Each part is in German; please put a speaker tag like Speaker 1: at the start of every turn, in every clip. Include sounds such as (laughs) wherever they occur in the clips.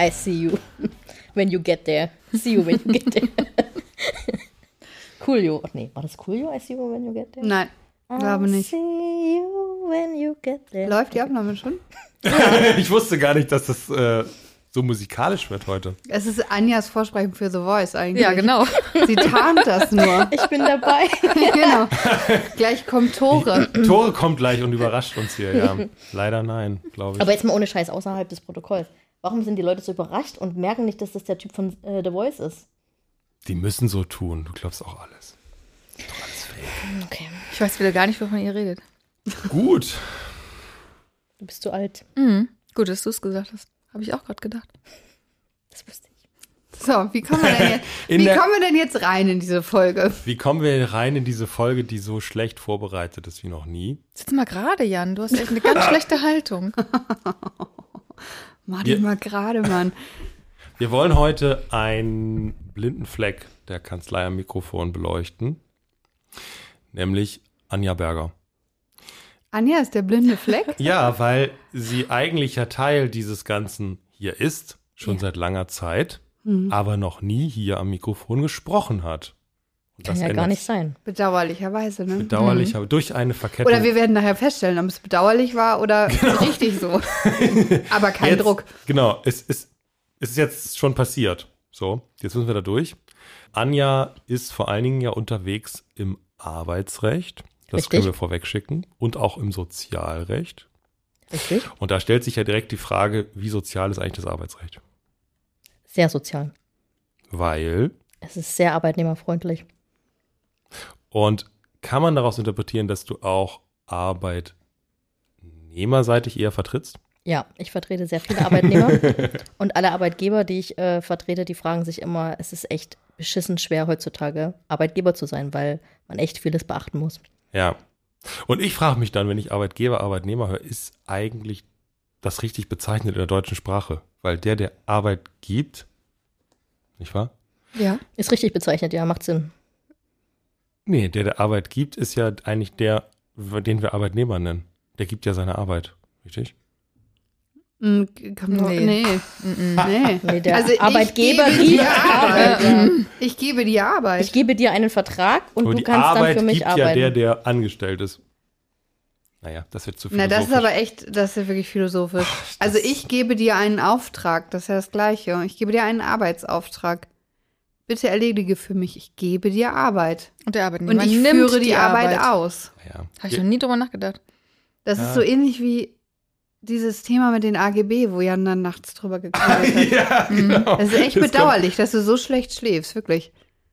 Speaker 1: I see you when you get there. See you when you get (laughs) there. Coolio. Ach nee, war das Coolio? I see you when you get there?
Speaker 2: Nein, glaube
Speaker 1: I
Speaker 2: nicht.
Speaker 1: see you when you get there.
Speaker 2: Läuft die Aufnahme schon?
Speaker 3: Ich wusste gar nicht, dass das äh, so musikalisch wird heute.
Speaker 2: Es ist Anjas Vorsprechen für The Voice eigentlich.
Speaker 4: Ja, genau.
Speaker 2: Sie tarnt das nur.
Speaker 1: Ich bin
Speaker 2: (laughs)
Speaker 1: dabei.
Speaker 2: genau. Gleich kommt Tore.
Speaker 3: Tore kommt gleich und überrascht uns hier,
Speaker 1: (laughs)
Speaker 3: ja. Leider nein, glaube ich.
Speaker 1: Aber jetzt mal ohne Scheiß außerhalb des Protokolls. Warum sind die Leute so überrascht und merken nicht, dass das der Typ von äh, The Voice ist?
Speaker 3: die müssen so tun, du glaubst auch alles.
Speaker 1: Okay,
Speaker 4: (laughs) Ich weiß wieder gar nicht, wovon ihr redet.
Speaker 3: Gut.
Speaker 1: du bist zu alt.
Speaker 4: Mhm. Gut, dass du es gesagt hast. Habe ich auch gerade gedacht.
Speaker 1: Das wusste ich.
Speaker 2: So, wie kommen wir denn jetzt,
Speaker 3: (laughs) In
Speaker 2: wie
Speaker 3: der-
Speaker 2: kommen wir denn jetzt rein in diese Folge?
Speaker 3: Wie kommen wir rein in diese Folge, die so schlecht vorbereitet ist wie noch nie?
Speaker 4: Sitz mal gerade, Jan. Du hast echt eine (laughs) ganz schlechte Haltung.
Speaker 2: Mach
Speaker 3: Ja.
Speaker 2: dich mal gerade, Mann.
Speaker 3: Wir wollen heute einen blinden Fleck der Kanzlei am Mikrofon beleuchten, nämlich Anja Berger.
Speaker 2: Anja ist der blinde Fleck.
Speaker 3: Ja, weil sie eigentlich ja Teil dieses Ganzen hier ist, schon seit langer Zeit,
Speaker 1: Mhm.
Speaker 3: aber noch nie hier am Mikrofon gesprochen hat. Und
Speaker 1: Kann ja
Speaker 3: ändert
Speaker 1: gar nicht
Speaker 3: sich
Speaker 1: sein.
Speaker 2: Bedauerlicherweise, ne?
Speaker 3: Bedauerlich, aber durch eine Verkettung.
Speaker 2: Oder wir werden nachher feststellen, ob es bedauerlich
Speaker 3: (laughs)
Speaker 2: war oder richtig so. Aber kein
Speaker 3: Genau. Jetzt-
Speaker 2: Druck.
Speaker 3: Genau, es ist, es ist jetzt schon passiert. So, jetzt müssen wir da durch. Anja ist vor allen Dingen ja unterwegs im Arbeitsrecht. Das
Speaker 1: Richtig.
Speaker 3: können wir vorwegschicken. Und auch im Sozialrecht.
Speaker 1: Richtig?
Speaker 3: Und da stellt sich ja direkt die Frage, wie sozial ist eigentlich das Arbeitsrecht?
Speaker 1: Sehr sozial.
Speaker 3: Weil,
Speaker 1: Es ist sehr arbeitnehmerfreundlich.
Speaker 3: und kann man daraus interpretieren, dass du auch arbeitnehmerseitig eher vertrittst?
Speaker 1: Ja, ich vertrete sehr
Speaker 3: (laughs)
Speaker 1: viele Arbeitnehmer und alle Arbeitgeber, die ich äh, vertrete, die fragen sich immer, es ist echt beschissen schwer heutzutage Arbeitgeber zu sein, weil man echt vieles beachten muss.
Speaker 3: Ja. Und ich frage mich dann, wenn ich Arbeitgeber, Arbeitnehmer höre, ist eigentlich das richtig bezeichnet in der deutschen Sprache? Weil der, der Arbeit gibt, nicht wahr?
Speaker 4: Ja.
Speaker 1: Ist richtig bezeichnet, ja, macht Sinn.
Speaker 3: Nee, der, der Arbeit gibt, ist ja eigentlich der, den wir Arbeitnehmer nennen. Der gibt ja seine Arbeit, richtig?
Speaker 2: Mm, Kommt nur,
Speaker 4: Nee.
Speaker 2: nee.
Speaker 4: Mhm.
Speaker 2: Nee.
Speaker 1: Nee, der
Speaker 2: Also ich
Speaker 1: Arbeitgeber
Speaker 2: gebe
Speaker 1: gibt
Speaker 2: dir
Speaker 1: Arbeit.
Speaker 2: Arbeit.
Speaker 1: Ja.
Speaker 2: Ich gebe die Arbeit.
Speaker 1: Ich gebe dir einen Vertrag und
Speaker 3: Aber
Speaker 1: du kannst
Speaker 3: Arbeit
Speaker 1: dann für mich
Speaker 3: gibt ja
Speaker 1: arbeiten.
Speaker 3: der, der angestellt ist. Naja, das wird zu viel.
Speaker 2: Na, das ist aber echt, das ist ja wirklich philosophisch. Also ich gebe dir einen Auftrag, das ist ja das Gleiche. Ich gebe dir einen Arbeitsauftrag. Bitte erledige für mich, ich gebe dir Arbeit.
Speaker 4: Und der Arbeitnehmer
Speaker 2: Und ich
Speaker 4: nimmt
Speaker 2: führe die, Arbeit, aus.
Speaker 3: Ja.
Speaker 4: Habe
Speaker 3: (laughs)
Speaker 4: ich noch nie drüber (laughs) nachgedacht.
Speaker 2: Das
Speaker 3: Ja.
Speaker 2: ist so ähnlich wie dieses Thema mit den AGB, wo Jan dann nachts drüber geklagt
Speaker 3: (laughs)
Speaker 2: hat.
Speaker 3: ja, genau.
Speaker 2: Das ist echt
Speaker 3: Das kommt-
Speaker 2: bedauerlich, dass du so schlecht schläfst, wirklich.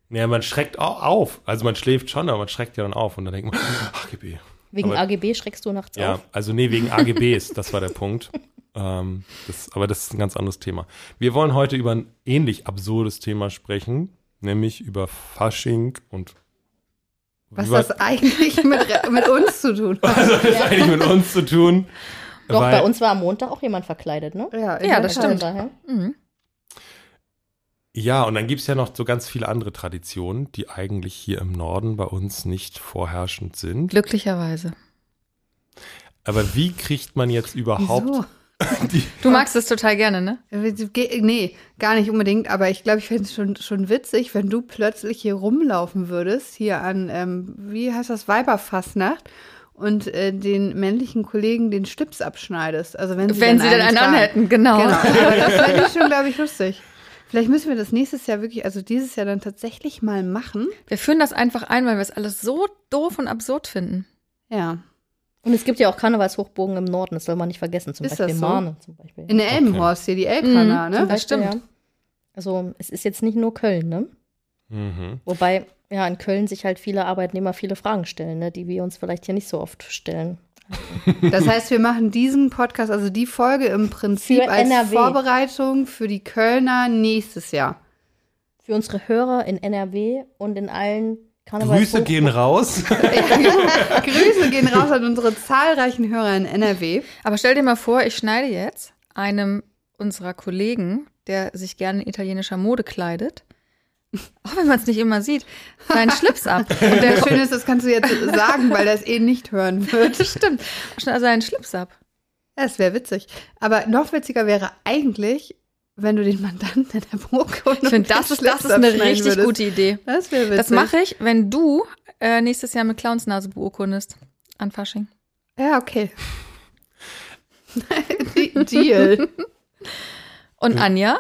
Speaker 3: Ja, man schreckt au- auf. Also man schläft schon, aber man schreckt ja dann auf und dann denkt man, ach, Gibi.
Speaker 1: Wegen
Speaker 3: aber-
Speaker 1: AGB schreckst du nachts
Speaker 3: Ja,
Speaker 1: auf.
Speaker 3: also nee, wegen AGBs, das war der Punkt. Ähm, das, aber das ist ein ganz anderes Thema. Wir wollen heute über ein ähnlich absurdes Thema sprechen, nämlich über Fasching und
Speaker 2: Was
Speaker 3: über,
Speaker 2: das eigentlich mit, mit uns zu tun hat.
Speaker 3: was (laughs) hat das eigentlich mit uns zu tun?
Speaker 1: Doch,
Speaker 3: weil,
Speaker 1: bei uns war am Montag auch jemand verkleidet, ne?
Speaker 2: Ja, in
Speaker 4: Ja,
Speaker 2: der
Speaker 4: das
Speaker 2: Tat.
Speaker 1: Von
Speaker 4: stimmt.
Speaker 1: daher.
Speaker 4: Mhm.
Speaker 3: Ja, und dann gibt's ja noch so ganz viele andere Traditionen, die eigentlich hier im Norden bei uns nicht vorherrschend sind.
Speaker 4: Glücklicherweise.
Speaker 3: Aber wie kriegt man jetzt überhaupt
Speaker 2: Wieso?
Speaker 3: die.
Speaker 4: Du magst es total gerne, ne?
Speaker 2: Ge- Nee, gar nicht unbedingt, aber ich glaube, ich fände es schon, schon witzig, wenn du plötzlich hier rumlaufen würdest, hier an, ähm, wie heißt das, Weiberfassnacht und äh, den männlichen Kollegen den Stips abschneidest. Also wenn sie
Speaker 4: Wenn
Speaker 2: dann
Speaker 4: sie denn
Speaker 2: einen
Speaker 4: einen
Speaker 2: tragen.
Speaker 4: anhätten, genau.
Speaker 2: Genau, aber das fände ich schon, glaube ich, lustig. Vielleicht müssen wir das nächstes Jahr wirklich, also dieses Jahr dann tatsächlich mal machen.
Speaker 4: Wir führen das einfach ein, weil wir es alles so doof und absurd finden.
Speaker 2: Ja,
Speaker 1: Und es gibt ja auch Karnevalshochburgen im Norden, das soll man nicht vergessen. Zum
Speaker 2: Ist das
Speaker 1: Beispiel
Speaker 2: so?
Speaker 1: Marne zum Beispiel.
Speaker 2: in der Elmhorst hier, die Elbkanal,
Speaker 4: Mhm,
Speaker 2: ne?
Speaker 4: zum
Speaker 1: Zum
Speaker 4: Das
Speaker 1: Beispiel,
Speaker 4: stimmt.
Speaker 1: Ja. Also es ist jetzt nicht nur Köln, ne?
Speaker 3: Mhm.
Speaker 1: Wobei ja in Köln sich halt viele Arbeitnehmer viele Fragen stellen, ne? die wir uns vielleicht hier nicht so oft stellen.
Speaker 2: Das heißt, wir machen diesen Podcast, also die Folge im Prinzip
Speaker 1: Für
Speaker 2: als
Speaker 1: NRW.
Speaker 2: Vorbereitung für die Kölner nächstes Jahr.
Speaker 1: Für unsere Hörer in NRW und in allen Karnevals
Speaker 3: Grüße gehen raus.
Speaker 2: (laughs) Grüße gehen raus an unsere zahlreichen Hörer in NRW.
Speaker 4: Aber stell dir mal vor, ich schneide jetzt einem unserer Kollegen, der sich gerne in italienischer Mode kleidet, (laughs) auch wenn man es nicht immer sieht, seinen Schlips (laughs) ab. Und der
Speaker 2: Das Schöne ist, das kannst du jetzt sagen, weil das eh nicht hören wird.
Speaker 4: Das (laughs) stimmt. Schneid also seinen Schlips ab.
Speaker 2: Das wäre witzig. Aber noch witziger wäre eigentlich, wenn du den Mandanten in der Burg
Speaker 4: Ich finde, das ist, das ist eine richtig gute Idee.
Speaker 2: Das wäre witzig.
Speaker 4: Das mache ich, wenn du äh, nächstes Jahr mit Clownsnase beurkundest. An Fasching.
Speaker 2: Ja,
Speaker 4: (laughs)
Speaker 2: okay. (laughs) De- Deal.
Speaker 4: Und Anja?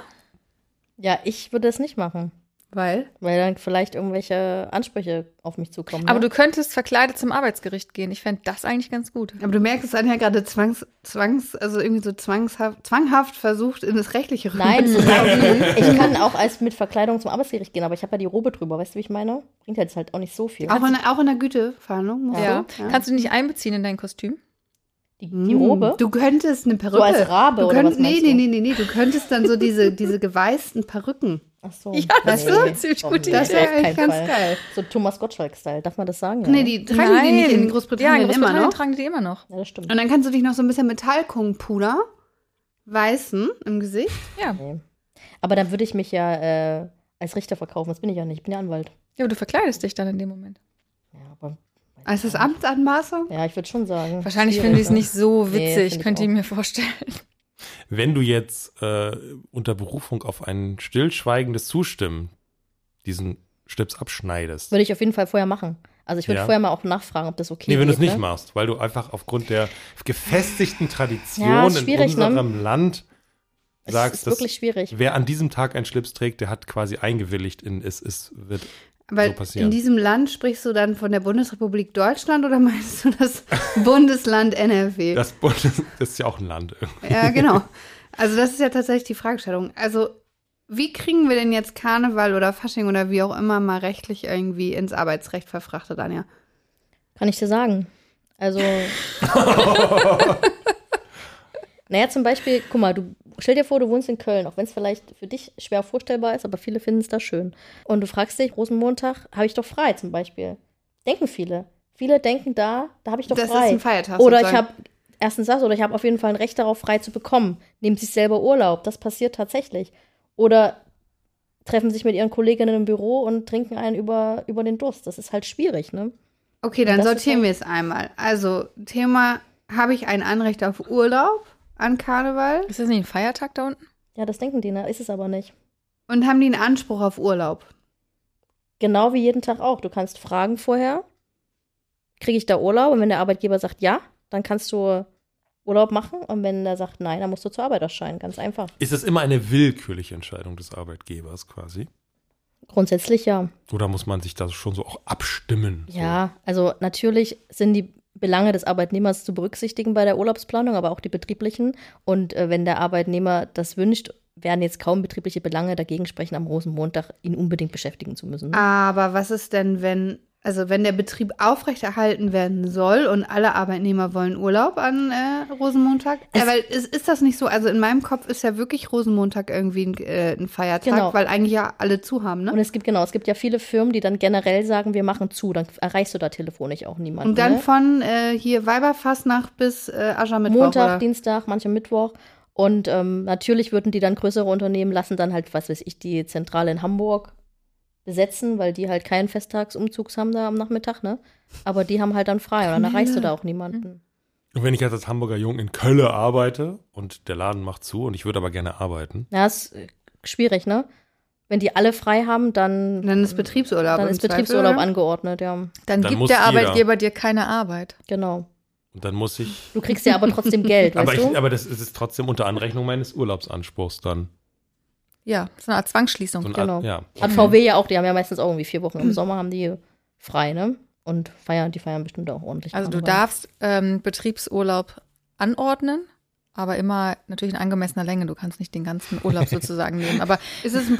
Speaker 1: Ja, ich würde es nicht machen,
Speaker 2: Weil?
Speaker 1: weil dann vielleicht irgendwelche Ansprüche auf mich zukommen.
Speaker 4: Aber
Speaker 1: ne?
Speaker 4: du könntest verkleidet zum Arbeitsgericht gehen. Ich fände das eigentlich ganz gut.
Speaker 2: Aber du merkst, dass Anja gerade zwangs, zwangs, also irgendwie so zwangshaft, zwanghaft versucht, in das rechtliche (laughs)
Speaker 1: Nein,
Speaker 2: rüber-
Speaker 1: zu sagen, ich kann auch als mit Verkleidung zum Arbeitsgericht gehen, aber ich habe ja die Robe drüber, weißt du, wie ich meine? Bringt jetzt halt auch nicht so viel.
Speaker 2: Auch in, auch in der Güteverhandlung musst
Speaker 4: Ja.
Speaker 2: du.
Speaker 4: Kannst du nicht einbeziehen in dein Kostüm?
Speaker 1: die, die
Speaker 4: Mm.
Speaker 1: Robe?
Speaker 2: Du könntest eine Perücke.
Speaker 1: So als Rabe
Speaker 2: du
Speaker 1: oder
Speaker 2: könnt,
Speaker 1: was meinst
Speaker 2: nee,
Speaker 1: du?
Speaker 2: nee, nee, nee, du könntest dann so diese, diese geweißten Perücken.
Speaker 1: Ach so.
Speaker 4: Ja, das ist eine ziemlich
Speaker 1: Oh,
Speaker 4: gute
Speaker 1: nee,
Speaker 2: Das
Speaker 1: auf
Speaker 2: wäre
Speaker 1: keinen
Speaker 2: eigentlich ganz
Speaker 1: Fall.
Speaker 2: geil.
Speaker 1: So Thomas Gottschalk-Style, darf man das sagen? Ja. ne?
Speaker 2: Nee, die tragen die nicht in Großbritannien,
Speaker 4: ja, in Großbritannien
Speaker 2: immer noch.
Speaker 4: tragen die die immer noch.
Speaker 1: ja, das stimmt.
Speaker 2: Und dann kannst du dich noch so ein bisschen mit Talkungpuder weißen im Gesicht.
Speaker 4: Ja. ja,
Speaker 1: Aber dann würde ich mich ja äh, als Richter verkaufen. Das bin ich ja nicht, ich bin ja Anwalt.
Speaker 4: aber du verkleidest dich dann in dem Moment.
Speaker 1: Ja, aber,
Speaker 4: Ah,
Speaker 2: Als das Amtsanmaßung.
Speaker 1: ja ich würde schon sagen.
Speaker 4: Wahrscheinlich
Speaker 1: schwierig,
Speaker 4: finden die es
Speaker 1: ne?
Speaker 4: nicht so
Speaker 1: Nee,
Speaker 4: witzig,
Speaker 1: find ich
Speaker 4: könnte ich
Speaker 1: auch.
Speaker 4: mir vorstellen.
Speaker 3: Wenn du jetzt äh, unter Berufung auf ein stillschweigendes Zustimmen diesen Schlips abschneidest.
Speaker 1: Würde ich auf jeden Fall vorher machen. Also ich würde
Speaker 3: Ja.
Speaker 1: vorher mal auch nachfragen, ob das okay
Speaker 3: Nee,
Speaker 1: ist.
Speaker 3: wenn du es
Speaker 1: ne?
Speaker 3: nicht machst, weil du einfach aufgrund der gefestigten Tradition
Speaker 1: Ja, ist
Speaker 3: in
Speaker 1: schwierig, ne?
Speaker 3: unserem Land
Speaker 1: Es
Speaker 3: sagst,
Speaker 1: ist wirklich
Speaker 3: dass
Speaker 1: schwierig.
Speaker 3: wer an diesem Tag einen Schlips trägt, der hat quasi eingewilligt in es ist wird.
Speaker 2: Weil
Speaker 3: So passieren.
Speaker 2: in diesem Land sprichst du dann von der Bundesrepublik Deutschland oder (laughs) meinst du das Bundesland NRW?
Speaker 3: Das, Bund- (laughs) das ist ja auch ein Land. irgendwie.
Speaker 2: Ja, genau. Also das ist ja tatsächlich die Fragestellung. Also wie kriegen wir denn jetzt Karneval oder Fasching oder wie auch immer mal rechtlich irgendwie ins Arbeitsrecht verfrachtet, Anja?
Speaker 1: Kann ich dir sagen. Also.
Speaker 2: (laughs)
Speaker 1: naja, zum Beispiel, guck mal, du stell dir vor, du wohnst in Köln, auch wenn es vielleicht für dich schwer vorstellbar ist, aber viele finden es da schön. Und du fragst dich, Rosenmontag, habe ich doch frei zum Beispiel. Denken viele. Viele denken da, da habe ich doch
Speaker 2: Das
Speaker 1: frei.
Speaker 2: ist ein Feiertag.
Speaker 1: Oder ich
Speaker 2: sozusagen.
Speaker 1: habe erstens das, oder ich habe auf jeden Fall ein Recht darauf, frei zu bekommen. Nehmen sich selber Urlaub, das passiert tatsächlich. Oder treffen sich mit ihren Kolleginnen im Büro und trinken einen über, über den Durst. Das ist halt schwierig, ne?
Speaker 2: Okay, dann
Speaker 1: Das ist
Speaker 2: sortieren
Speaker 1: ein-
Speaker 2: wir es einmal. Also Thema, habe ich ein Anrecht auf Urlaub an Karneval
Speaker 4: Ist das nicht ein Feiertag da unten?
Speaker 1: Ja, das denken die, ne? Ist es aber nicht.
Speaker 2: und haben die einen Anspruch auf Urlaub?
Speaker 1: Genau wie jeden Tag auch. Du kannst fragen vorher, kriege ich da Urlaub? Und wenn der Arbeitgeber sagt ja, dann kannst du Urlaub machen. Und wenn er sagt nein, dann musst du zur Arbeit erscheinen. Ganz einfach.
Speaker 3: Ist es immer eine willkürliche Entscheidung des Arbeitgebers quasi?
Speaker 1: Grundsätzlich ja.
Speaker 3: Oder muss man sich da schon so auch abstimmen?
Speaker 1: Ja, also natürlich sind die Belange des Arbeitnehmers zu berücksichtigen bei der Urlaubsplanung, aber auch die betrieblichen. Und äh, wenn der Arbeitnehmer das wünscht, werden jetzt kaum betriebliche Belange dagegen sprechen, am Rosenmontag ihn unbedingt beschäftigen zu müssen. ne?
Speaker 2: Aber was ist denn, wenn, also wenn der Betrieb aufrechterhalten werden soll und alle Arbeitnehmer wollen Urlaub an äh, Rosenmontag? Ja,
Speaker 1: Es-
Speaker 2: weil ist, ist das nicht so? Also in meinem Kopf ist ja wirklich Rosenmontag irgendwie ein, äh, ein Feiertag,
Speaker 1: Genau.
Speaker 2: weil eigentlich ja alle zu haben,
Speaker 1: Und
Speaker 2: ne?
Speaker 1: es gibt genau, es gibt ja viele Firmen, die dann generell sagen, wir machen zu, dann erreichst du da telefonisch auch niemanden.
Speaker 2: Und dann
Speaker 1: ne?
Speaker 2: von äh, hier Weiberfastnacht bis äh, Aschermittwoch.
Speaker 1: Montag,
Speaker 2: oder?
Speaker 1: Dienstag, manche Mittwoch. Und ähm, natürlich würden die dann größere Unternehmen lassen dann halt, was weiß ich, die Zentrale in Hamburg besetzen, weil die halt keinen Festtagsumzugs haben da am Nachmittag, ne? Aber die haben halt dann frei und dann erreichst du da auch
Speaker 2: Hm.
Speaker 1: niemanden.
Speaker 3: Und wenn ich jetzt als Hamburger Jung in Köln arbeite und der Laden macht zu und ich würde aber gerne arbeiten,
Speaker 1: Ja, ist äh, schwierig, ne? Wenn die alle frei haben,
Speaker 2: Und
Speaker 1: dann,
Speaker 2: dann ist Betriebsurlaub.
Speaker 1: dann
Speaker 2: im
Speaker 1: ist
Speaker 2: Zweifel,
Speaker 1: Betriebsurlaub
Speaker 2: oder?
Speaker 1: angeordnet, ja.
Speaker 4: Dann,
Speaker 3: Dann muss
Speaker 4: gibt der
Speaker 3: jeder.
Speaker 4: Arbeitgeber dir keine Arbeit.
Speaker 1: Genau.
Speaker 3: und dann muss ich.
Speaker 1: Du kriegst ja aber trotzdem Geld, weißt
Speaker 3: (laughs) Aber, ich,
Speaker 1: du?
Speaker 3: aber das ist es trotzdem unter Anrechnung meines Urlaubsanspruchs dann.
Speaker 4: Ja, so eine Art Zwangsschließung.
Speaker 3: So eine
Speaker 1: Genau.
Speaker 3: Art, ja.
Speaker 1: Hat VW ja auch, die haben ja meistens auch irgendwie vier Wochen im Sommer haben die frei, ne? Und feiern, die feiern bestimmt auch ordentlich.
Speaker 4: also du
Speaker 1: Karneval.
Speaker 4: darfst ähm, Betriebsurlaub anordnen, aber immer natürlich in angemessener Länge. Du kannst nicht den ganzen Urlaub sozusagen nehmen. (laughs) Aber
Speaker 2: Ist es ein
Speaker 3: Tage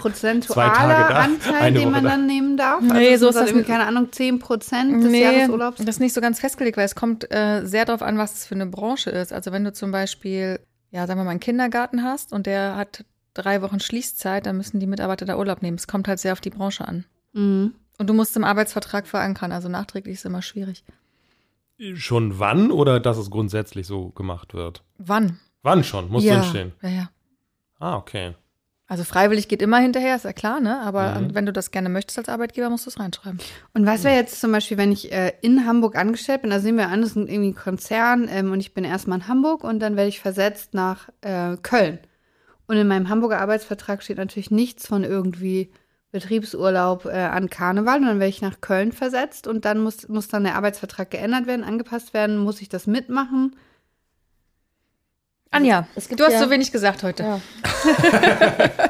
Speaker 3: da,
Speaker 2: prozentualer Anteil,
Speaker 3: eine
Speaker 2: den
Speaker 3: Woche
Speaker 2: man
Speaker 3: da.
Speaker 2: dann nehmen darf? also
Speaker 4: Nee, so
Speaker 2: sind
Speaker 4: ist das
Speaker 2: irgendwie,
Speaker 4: nicht.
Speaker 2: keine Ahnung, 10 Prozent des Jahresurlaubs?
Speaker 4: das ist nicht so ganz festgelegt, weil es kommt äh, sehr darauf an, was es für eine Branche ist. Also wenn du zum Beispiel, ja, sagen wir mal, einen Kindergarten hast und der hat drei Wochen Schließzeit, dann müssen die Mitarbeiter da Urlaub nehmen. Es kommt halt sehr auf die Branche an.
Speaker 2: Mhm.
Speaker 4: Und du musst im Arbeitsvertrag verankern, also nachträglich ist immer schwierig.
Speaker 3: Schon wann oder dass es grundsätzlich so gemacht wird?
Speaker 4: Wann?
Speaker 3: Wann schon? Muss
Speaker 4: ja.
Speaker 3: drinstehen.
Speaker 4: Ja, ja.
Speaker 3: Ah, okay.
Speaker 4: Also freiwillig geht immer hinterher, ist ja klar, ne? Aber
Speaker 3: Mhm.
Speaker 4: ähm, wenn du das gerne möchtest als Arbeitgeber, musst du es reinschreiben.
Speaker 1: Also
Speaker 2: Und was wäre jetzt zum Beispiel, wenn ich äh, in Hamburg angestellt bin, da sehen wir an, das ist irgendwie ein Konzern ähm, und ich bin erstmal in Hamburg und dann werde ich versetzt nach äh, Köln. Und in meinem Hamburger Arbeitsvertrag steht natürlich nichts von irgendwie Betriebsurlaub äh, an Karneval und dann werde ich nach Köln versetzt und dann muss, muss dann der Arbeitsvertrag geändert werden, angepasst werden, muss ich das mitmachen.
Speaker 4: Anja,
Speaker 1: Es gibt
Speaker 4: du hast
Speaker 1: ja-
Speaker 4: so wenig gesagt heute.
Speaker 1: Ja.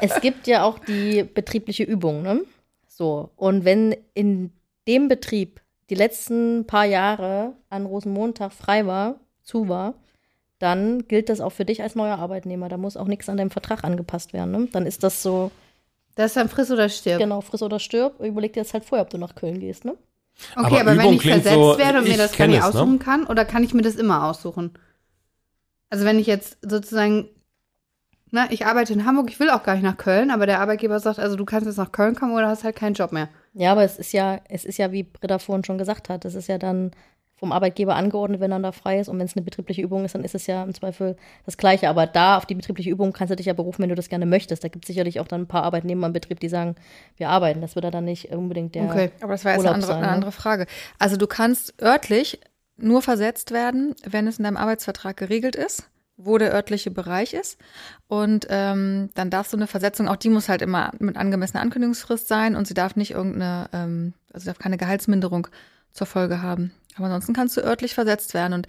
Speaker 4: (laughs)
Speaker 1: es gibt ja auch die betriebliche Übung, ne? So. Und wenn in dem Betrieb die letzten paar Jahre an Rosenmontag frei war, zu war, dann gilt das auch für dich als neuer Arbeitnehmer. Da muss auch nichts an deinem Vertrag angepasst werden. Ne? Dann ist das so,
Speaker 2: Das ist dann friss oder stirb.
Speaker 1: genau, friss oder stirb. Überleg dir jetzt halt vorher, ob du nach Köln gehst. Ne?
Speaker 2: Okay,
Speaker 3: Aber
Speaker 2: aber, wenn
Speaker 3: Übung
Speaker 2: ich
Speaker 3: klingt
Speaker 2: versetzt
Speaker 3: so,
Speaker 2: werde und mir
Speaker 3: ich
Speaker 2: das gar
Speaker 3: kenn
Speaker 2: nicht
Speaker 3: es, ne?
Speaker 2: aussuchen kann, oder kann ich mir das immer aussuchen? Also wenn ich jetzt sozusagen, na, ich arbeite in Hamburg, ich will auch gar nicht nach Köln, aber der Arbeitgeber sagt, also du kannst jetzt nach Köln kommen oder hast halt keinen Job mehr.
Speaker 1: Ja, aber es ist ja, es ist ja, wie Britta vorhin schon gesagt hat, es ist ja dann vom Arbeitgeber angeordnet, wenn er da frei ist. Und wenn es eine betriebliche Übung ist, dann ist es ja im Zweifel das Gleiche. Aber da auf die betriebliche Übung kannst du dich ja berufen, wenn du das gerne möchtest. Da gibt es sicherlich auch dann ein paar Arbeitnehmer im Betrieb, die sagen, wir arbeiten. Das wird ja dann nicht unbedingt der.
Speaker 2: Okay.
Speaker 4: Aber das war jetzt eine
Speaker 1: Urlaub
Speaker 4: andere,
Speaker 1: sein,
Speaker 4: eine
Speaker 1: ne?
Speaker 4: andere Frage. Also du kannst örtlich nur versetzt werden, wenn es in deinem Arbeitsvertrag geregelt ist, wo der örtliche Bereich ist. Und ähm, dann darf so eine Versetzung, auch die muss halt immer mit angemessener Ankündigungsfrist sein und sie darf nicht irgendeine, ähm, also darf keine Gehaltsminderung zur Folge haben. Aber ansonsten kannst du örtlich versetzt werden. Und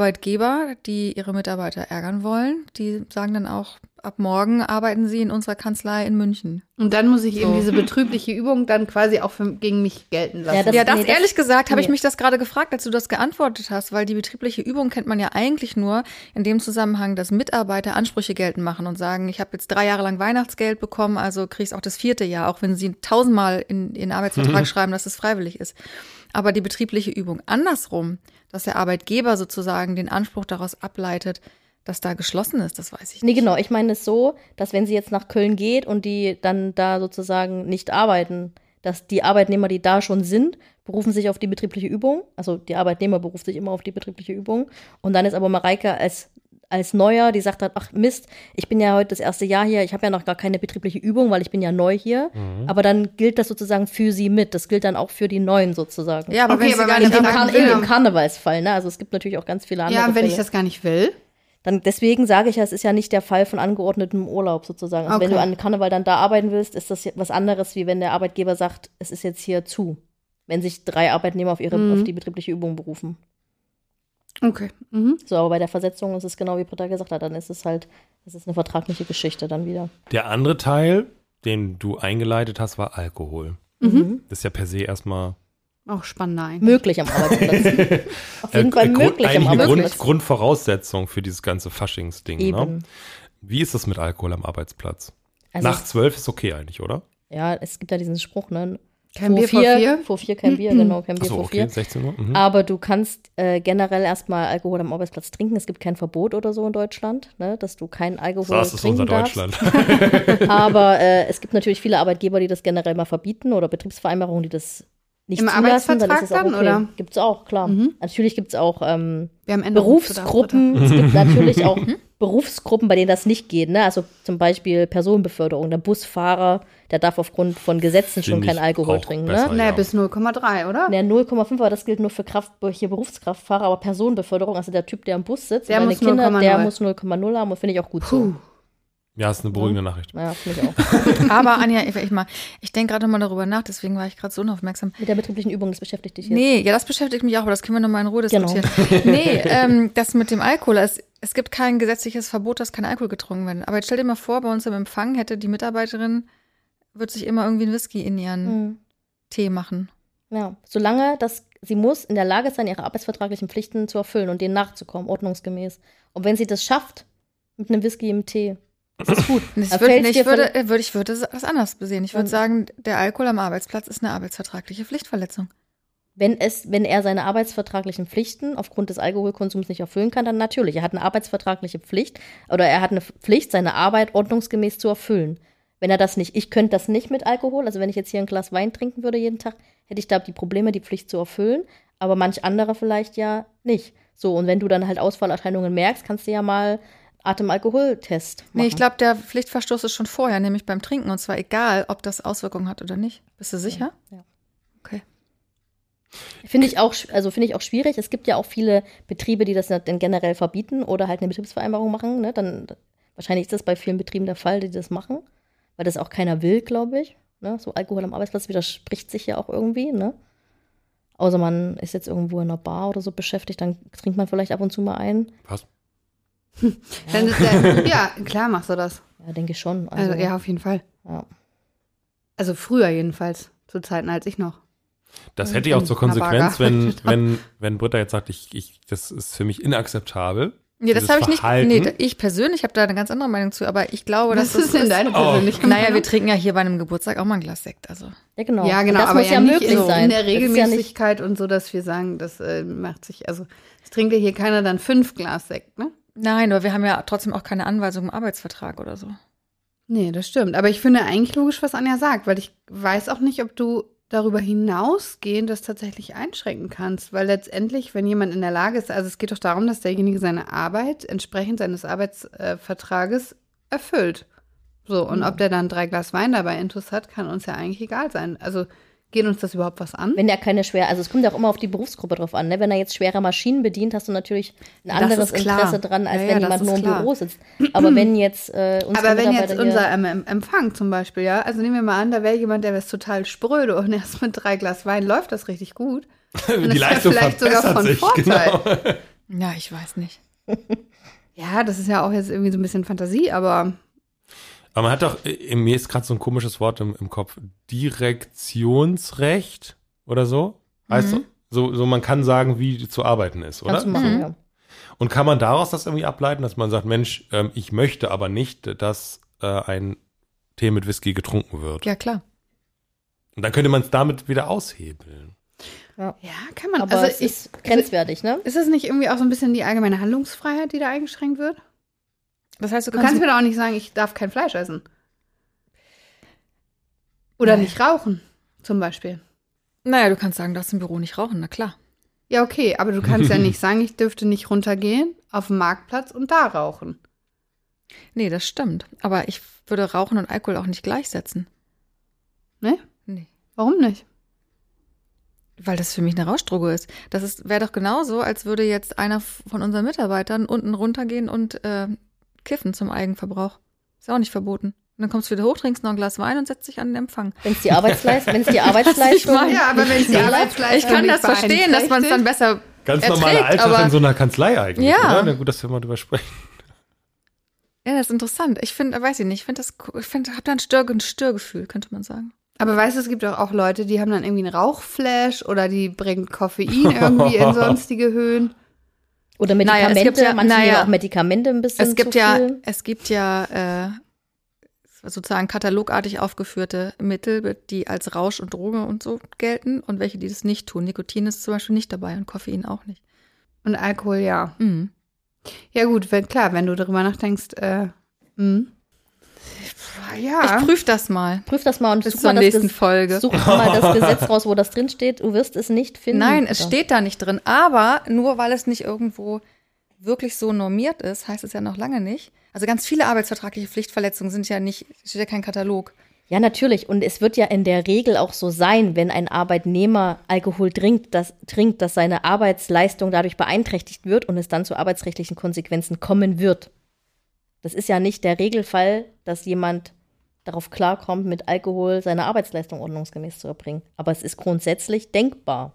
Speaker 4: Arbeitgeber, die ihre Mitarbeiter ärgern wollen, die sagen dann auch, ab morgen arbeiten sie in unserer Kanzlei in München.
Speaker 2: Und dann muss ich eben
Speaker 4: So.
Speaker 2: diese betrübliche Übung dann quasi auch für, gegen mich gelten lassen.
Speaker 1: Ja, das-
Speaker 4: ja, das
Speaker 1: nee,
Speaker 4: ehrlich gesagt habe ich
Speaker 1: nee.
Speaker 4: mich das gerade gefragt, als du das geantwortet hast, weil die betriebliche Übung kennt man ja eigentlich nur in dem Zusammenhang, dass Mitarbeiter Ansprüche geltend machen und sagen, ich habe jetzt drei Jahre lang Weihnachtsgeld bekommen, also kriege ich auch das vierte Jahr, auch wenn sie tausendmal in in den
Speaker 1: (laughs)
Speaker 4: Arbeitsvertrag schreiben, dass es freiwillig ist. Aber die betriebliche Übung andersrum, dass der Arbeitgeber sozusagen den Anspruch daraus ableitet, dass da geschlossen ist, das weiß ich
Speaker 1: Nee,
Speaker 4: nicht.
Speaker 1: genau. Ich meine es so, dass wenn sie jetzt nach Köln geht und die dann da sozusagen nicht arbeiten, dass die Arbeitnehmer, die da schon sind, berufen sich auf die betriebliche Übung. Also die Arbeitnehmer beruft sich immer auf die betriebliche Übung. Und dann ist aber Mareike als, als Neuer, die sagt dann, ach Mist, ich bin ja heute das erste Jahr hier, ich habe ja noch gar keine betriebliche Übung, weil ich bin ja neu hier. Aber dann gilt das sozusagen für sie mit. Das gilt dann auch für die Neuen sozusagen.
Speaker 4: Ja, aber
Speaker 2: Okay,
Speaker 4: wenn sie
Speaker 2: aber
Speaker 4: gar
Speaker 2: wenn
Speaker 4: nicht
Speaker 2: ich
Speaker 1: Im,
Speaker 2: dann-
Speaker 4: arbeiten
Speaker 1: Kar
Speaker 2: will.
Speaker 1: in, Im Karnevalsfall, ne? Also es gibt natürlich auch ganz viele andere.
Speaker 2: ja, und wenn ich
Speaker 1: Fälle.
Speaker 2: das gar nicht will,
Speaker 1: Dann deswegen sage ich ja, es ist ja nicht der Fall von angeordnetem Urlaub sozusagen. Also wenn
Speaker 2: Okay.
Speaker 1: du an Karneval dann da arbeiten willst, ist das ja was anderes, wie wenn der Arbeitgeber sagt, es ist jetzt hier zu. Wenn sich drei Arbeitnehmer auf ihre
Speaker 2: Mhm.
Speaker 1: auf die betriebliche Übung berufen.
Speaker 2: okay. Mhm.
Speaker 1: So, aber bei der Versetzung ist es genau wie Britta gesagt hat, dann ist es halt, es ist eine vertragliche Geschichte dann wieder.
Speaker 3: Der andere Teil, den du eingeleitet hast, war Alkohol.
Speaker 2: Mhm.
Speaker 3: Das ist ja per se erstmal
Speaker 2: Auch spannender eigentlich.
Speaker 1: Möglich am Arbeitsplatz.
Speaker 2: (laughs)
Speaker 1: auf jeden
Speaker 3: äh,
Speaker 1: Fall
Speaker 3: Grund-
Speaker 1: möglich am
Speaker 3: eigentlich eine Grund,
Speaker 1: Arbeitsplatz.
Speaker 3: Grundvoraussetzung für dieses ganze Faschingsding. Ne?
Speaker 1: Eben.
Speaker 3: Wie ist das mit Alkohol am Arbeitsplatz?
Speaker 1: Also
Speaker 3: Nach zwölf ist okay eigentlich, oder?
Speaker 1: es, ja, es gibt ja diesen Spruch, ne?
Speaker 2: Kein Bier vor vier. Mhm.
Speaker 1: Vor vier kein Bier, genau, kein
Speaker 3: Ach
Speaker 1: Bier
Speaker 3: so,
Speaker 1: vor
Speaker 3: okay,
Speaker 1: vier.
Speaker 3: 16 Uhr. Mhm.
Speaker 1: Aber du kannst äh, generell erstmal Alkohol am Arbeitsplatz trinken. Es gibt kein Verbot oder so in Deutschland, ne, dass du keinen
Speaker 3: So,
Speaker 1: Alkohol
Speaker 3: das ist
Speaker 1: trinken
Speaker 3: unser
Speaker 1: darfst.
Speaker 3: Deutschland. (laughs)
Speaker 1: Aber äh, es gibt natürlich viele Arbeitgeber, die das generell mal verbieten oder Betriebsvereinbarungen, die das nicht
Speaker 2: Im
Speaker 1: zulassen. Dann ist es auch okay.
Speaker 2: Arbeitsvertrag dann, oder? Mhm.
Speaker 1: Gibt's auch, klar. Natürlich gibt's auch ähm,
Speaker 2: Wir haben Änderungsbedarf,
Speaker 1: Berufsgruppen. Es gibt natürlich
Speaker 2: (laughs)
Speaker 1: auch
Speaker 2: Mhm.
Speaker 1: Berufsgruppen, bei denen das nicht geht. Ne? Also zum Beispiel Personenbeförderung. Der Busfahrer, der darf aufgrund von Gesetzen schon
Speaker 3: Finde ich
Speaker 1: keinen Alkohol
Speaker 3: auch
Speaker 1: trinken.
Speaker 3: besser,
Speaker 1: Ne?
Speaker 2: Oder? Naja,
Speaker 3: Ja.
Speaker 2: bis 0,3, oder?
Speaker 1: Ja, 0,5, aber das gilt nur für Kraft, hier Berufskraftfahrer, aber Personenbeförderung, also der Typ, der am Bus sitzt,
Speaker 2: Der
Speaker 1: und
Speaker 2: muss 0,0.
Speaker 1: der muss 0,0 haben und finde ich auch gut so.
Speaker 3: Ja, ist eine beruhigende
Speaker 2: Mhm.
Speaker 3: Nachricht.
Speaker 1: Ja, finde ich auch.
Speaker 4: Aber Anja, ich, ich, mal- ich denke gerade nochmal darüber nach, deswegen war ich gerade so unaufmerksam.
Speaker 1: Mit der betrieblichen Übung, das beschäftigt dich jetzt.
Speaker 4: Nee, ja, das beschäftigt mich auch, aber das können wir nochmal in Ruhe
Speaker 1: Genau.
Speaker 4: diskutieren.
Speaker 1: (laughs)
Speaker 4: Nee, ähm, das mit dem Alkohol, es, es gibt kein gesetzliches Verbot, dass kein Alkohol getrunken wird. Aber jetzt stell dir mal vor, bei uns im Empfang hätte die Mitarbeiterin, wird sich immer irgendwie einen Whisky in ihren
Speaker 1: Mhm.
Speaker 4: Tee machen.
Speaker 1: Ja, solange das, sie muss in der Lage sein, ihre arbeitsvertraglichen Pflichten zu erfüllen und denen nachzukommen, ordnungsgemäß. Und wenn sie das schafft, Mit einem Whisky im Tee. Das ist gut.
Speaker 4: Ich
Speaker 1: Da
Speaker 4: würde,
Speaker 1: fällt's
Speaker 4: nee, ich
Speaker 1: dir
Speaker 4: würde, äh, würde, ich würde das anders besehen. Ich würde
Speaker 1: Dann-
Speaker 4: sagen, der Alkohol am Arbeitsplatz ist eine arbeitsvertragliche Pflichtverletzung.
Speaker 1: Wenn, es, wenn er seine arbeitsvertraglichen Pflichten aufgrund des Alkoholkonsums nicht erfüllen kann, dann natürlich. Er hat eine arbeitsvertragliche Pflicht oder er hat eine Pflicht, seine Arbeit ordnungsgemäß zu erfüllen. Wenn er das nicht, ich könnte das nicht mit Alkohol, also wenn ich jetzt hier ein Glas Wein trinken würde jeden Tag, hätte ich da die Probleme, die Pflicht zu erfüllen, aber manch anderer vielleicht ja nicht. So, und wenn du dann halt Ausfallerscheinungen merkst, kannst du ja mal Atemalkoholtest machen.
Speaker 4: Nee, ich glaube, der Pflichtverstoß ist schon vorher, nämlich beim Trinken. Und zwar egal, ob das Auswirkungen hat oder nicht. Bist du sicher?
Speaker 1: Finde ich auch, sch- also finde ich auch schwierig. Es gibt ja auch viele Betriebe, die das dann generell verbieten oder halt eine Betriebsvereinbarung machen. Ne? Dann wahrscheinlich ist das bei vielen Betrieben der Fall, die das machen, weil das auch keiner will, glaube ich. Ne? So Alkohol am Arbeitsplatz widerspricht sich ja auch irgendwie. Ne? Außer man ist jetzt irgendwo in einer Bar oder so beschäftigt, dann trinkt man vielleicht ab und zu mal ein. (laughs)
Speaker 3: Was?
Speaker 2: Dann ist der, ja, klar machst du das.
Speaker 1: Ja, denke ich schon.
Speaker 2: Also,
Speaker 1: Also,
Speaker 2: ja, auf jeden Fall.
Speaker 1: ja.
Speaker 2: Also früher jedenfalls, zu Zeiten, als ich noch.
Speaker 3: Das hätte ja auch zur
Speaker 2: Na,
Speaker 3: Konsequenz,
Speaker 2: Bagger. (laughs)
Speaker 3: wenn, wenn, wenn Britta jetzt sagt, ich, ich, das ist für mich inakzeptabel. (laughs)
Speaker 4: Nee, das
Speaker 3: Dieses
Speaker 4: habe ich nicht.
Speaker 3: Verhalten.
Speaker 4: Nee, da- ich persönlich habe da eine ganz andere Meinung zu, aber ich
Speaker 1: Oh,
Speaker 4: glaube, dass
Speaker 2: Was ist denn deine persönliche
Speaker 4: Naja, wir
Speaker 2: Meinung?
Speaker 4: trinken ja hier bei einem Geburtstag auch mal ein Glas Sekt. Also.
Speaker 1: ja, genau.
Speaker 2: Ja, genau,
Speaker 1: das
Speaker 2: aber
Speaker 1: muss
Speaker 2: ja,
Speaker 1: ja,
Speaker 2: nicht
Speaker 1: möglich
Speaker 2: in, so
Speaker 1: sein.
Speaker 2: in der
Speaker 1: Das ist ja nicht-
Speaker 2: Regelmäßigkeit und so, dass wir sagen, das äh, macht sich, also es trinkt ja hier keiner dann fünf Glas Sekt, ne?
Speaker 4: Nein, aber wir haben ja trotzdem auch keine Anweisung im Arbeitsvertrag oder so.
Speaker 2: Nee, das stimmt. Aber ich finde eigentlich logisch, was Anja sagt, weil ich weiß auch nicht, ob du darüber hinausgehend das tatsächlich einschränken kannst. Weil letztendlich, wenn jemand in der Lage ist, also es geht doch darum, dass derjenige seine Arbeit entsprechend seines Arbeitsvertrages erfüllt. So,
Speaker 1: Mhm.
Speaker 2: und ob der dann drei Glas Wein dabei intus hat, kann uns ja eigentlich egal sein. Also geht uns das überhaupt was an?
Speaker 1: Wenn er keine schwer, also es kommt ja auch immer auf die Berufsgruppe drauf an. Ne? Wenn er jetzt schwere Maschinen bedient, hast du natürlich ein
Speaker 2: Das
Speaker 1: anderes
Speaker 2: ist klar.
Speaker 1: Interesse dran, als
Speaker 2: Ja, ja,
Speaker 1: wenn jemand
Speaker 2: das ist
Speaker 1: nur im
Speaker 2: klar.
Speaker 1: Büro sitzt. Aber wenn jetzt äh, unsere
Speaker 2: Aber wenn jetzt
Speaker 1: Mitarbeiter
Speaker 2: unser
Speaker 1: hier,
Speaker 2: ähm, Em- Empfang zum Beispiel, ja, also nehmen wir mal an, da wäre jemand, der wäre total spröde und (laughs) erst mit drei Glas Wein läuft das richtig gut. Und
Speaker 3: Die
Speaker 2: das wäre
Speaker 3: Leistung
Speaker 2: vielleicht sogar
Speaker 3: verbessert
Speaker 2: von
Speaker 3: sich.
Speaker 2: Vorteil.
Speaker 3: Genau.
Speaker 4: Ja, ich weiß nicht.
Speaker 2: Ja, das ist ja auch jetzt irgendwie so ein bisschen Fantasie, aber
Speaker 3: (laughs) Aber man hat doch, äh, mir ist gerade so ein komisches Wort im, im Kopf, Direktionsrecht oder so. Heißt
Speaker 4: Mhm.
Speaker 3: so, so, so, man kann sagen, wie zu arbeiten ist, oder?
Speaker 1: kannst du machen,
Speaker 4: Mhm.
Speaker 1: ja.
Speaker 3: Und kann man daraus das irgendwie ableiten, dass man sagt, Mensch, ähm, ich möchte aber nicht, dass äh, ein Tee mit Whisky getrunken wird.
Speaker 4: Ja, klar.
Speaker 3: Und dann könnte man es damit wieder aushebeln.
Speaker 2: ja, kann man.
Speaker 1: Aber
Speaker 2: also
Speaker 1: es
Speaker 2: ich, ist,
Speaker 1: ist grenzwertig, ne?
Speaker 2: das nicht irgendwie auch so ein bisschen die allgemeine Handlungsfreiheit, die da eingeschränkt wird?
Speaker 4: Das heißt, du
Speaker 2: Du
Speaker 4: kannst,
Speaker 2: kannst mir doch auch nicht sagen, ich darf kein Fleisch essen. Oder
Speaker 4: Nein.
Speaker 2: nicht rauchen, zum Beispiel.
Speaker 4: naja, du kannst sagen, du darfst im Büro nicht rauchen, na klar.
Speaker 2: Ja, okay, aber du kannst (laughs) ja nicht sagen, ich dürfte nicht runtergehen auf den Marktplatz und da rauchen.
Speaker 4: Nee, das stimmt. Aber ich würde Rauchen und Alkohol auch nicht gleichsetzen.
Speaker 2: Ne?
Speaker 4: Nee.
Speaker 2: Warum nicht?
Speaker 4: Weil das für mich eine Rauschdroge ist. Das ist, wäre doch genauso, als würde jetzt einer von unseren Mitarbeitern unten runtergehen und äh, kiffen zum Eigenverbrauch. Ist ja auch nicht verboten. Und dann kommst du wieder hoch, trinkst noch ein Glas Wein und setzt dich an den Empfang.
Speaker 1: Wenn es die
Speaker 4: (laughs)
Speaker 1: Arbeitsleistung, wenn es die Arbeitsleistung,
Speaker 4: meine.
Speaker 2: Ja, aber (laughs) wenn sie
Speaker 1: Ja,
Speaker 2: alle Fleisch
Speaker 1: Äh,
Speaker 4: Ich
Speaker 1: ähm,
Speaker 4: kann das verstehen, dass man es dann besser.
Speaker 3: Ganz
Speaker 4: Erträgt,
Speaker 3: normaler Alltag
Speaker 4: aber-
Speaker 3: in so einer Kanzlei eigentlich.
Speaker 4: Ja.
Speaker 3: Oder? Na gut, dass wir mal drüber sprechen.
Speaker 4: Ja, das ist interessant. Ich finde, weiß ich nicht, ich finde das, ich finde, habe da ein, Stör, ein Störgefühl, könnte man sagen.
Speaker 2: Aber weißt du, es gibt doch auch Leute, die haben dann irgendwie einen Rauchflash oder die bringen Koffein irgendwie (laughs) in sonstige Höhen.
Speaker 1: oder
Speaker 4: Naja, es
Speaker 1: Medikamente,
Speaker 4: gibt ja-
Speaker 1: manche nehmen
Speaker 4: naja.
Speaker 1: auch Medikamente ein bisschen
Speaker 4: Es gibt
Speaker 1: zu
Speaker 4: ja,
Speaker 1: viel.
Speaker 4: es gibt ja äh, sozusagen katalogartig aufgeführte Mittel, die als Rausch und Droge und so gelten und welche, die das nicht tun. Nikotin ist zum Beispiel nicht dabei und Koffein auch nicht.
Speaker 2: Und Alkohol, ja.
Speaker 4: Mhm.
Speaker 2: Ja, gut, wenn, klar, wenn du darüber nachdenkst, äh, hm. Ja.
Speaker 4: Ich prüf das mal
Speaker 1: Prüf das mal und
Speaker 4: bis
Speaker 1: such
Speaker 4: zur
Speaker 1: mal, das
Speaker 4: nächsten
Speaker 1: Ges-
Speaker 4: Folge.
Speaker 1: such mal
Speaker 4: (laughs)
Speaker 1: das Gesetz raus, wo das drin steht. Du wirst es nicht finden.
Speaker 4: Nein, es
Speaker 1: Ja.
Speaker 4: steht da nicht drin. Aber nur weil es nicht irgendwo wirklich so normiert ist, heißt es ja noch lange nicht. Also ganz viele arbeitsvertragliche Pflichtverletzungen sind ja nicht, steht ja kein Katalog.
Speaker 1: Ja, natürlich. Und es wird ja in der Regel auch so sein, wenn ein Arbeitnehmer Alkohol trinkt, dass, trinkt, dass seine Arbeitsleistung dadurch beeinträchtigt wird und es dann zu arbeitsrechtlichen Konsequenzen kommen wird. Das ist ja nicht der Regelfall, dass jemand darauf klarkommt, mit Alkohol seine Arbeitsleistung ordnungsgemäß zu erbringen. Aber es ist grundsätzlich denkbar.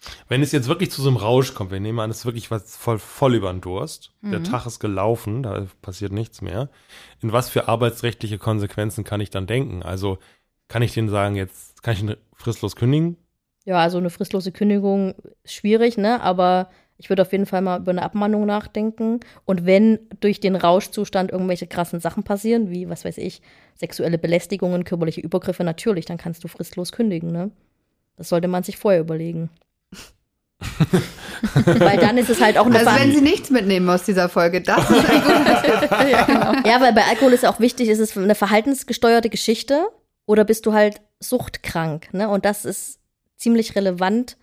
Speaker 3: (laughs) Wenn es jetzt wirklich zu so einem Rausch kommt, wir nehmen an, es ist wirklich was voll, voll über den Durst. Der Tag ist gelaufen, da passiert nichts mehr. In was für arbeitsrechtliche Konsequenzen kann ich dann denken? Also kann ich denen sagen, jetzt kann ich ihn fristlos kündigen?
Speaker 1: Ja, also eine fristlose Kündigung ist schwierig, ne? Aber Ich würde auf jeden Fall mal über eine Abmahnung nachdenken. Und wenn durch den Rauschzustand irgendwelche krassen Sachen passieren, wie, was weiß ich, sexuelle Belästigungen, körperliche Übergriffe, natürlich, dann kannst du fristlos kündigen, ne? Das sollte man sich vorher
Speaker 2: (laughs)
Speaker 1: überlegen. weil dann ist es halt auch eine
Speaker 2: Also wenn Sie nichts mitnehmen aus dieser Folge, das ist ein guter Tipp.
Speaker 1: (laughs) Ja, weil bei Alkohol ist auch wichtig, ist es eine verhaltensgesteuerte Geschichte oder bist du halt suchtkrank? Ne? Und das ist ziemlich relevant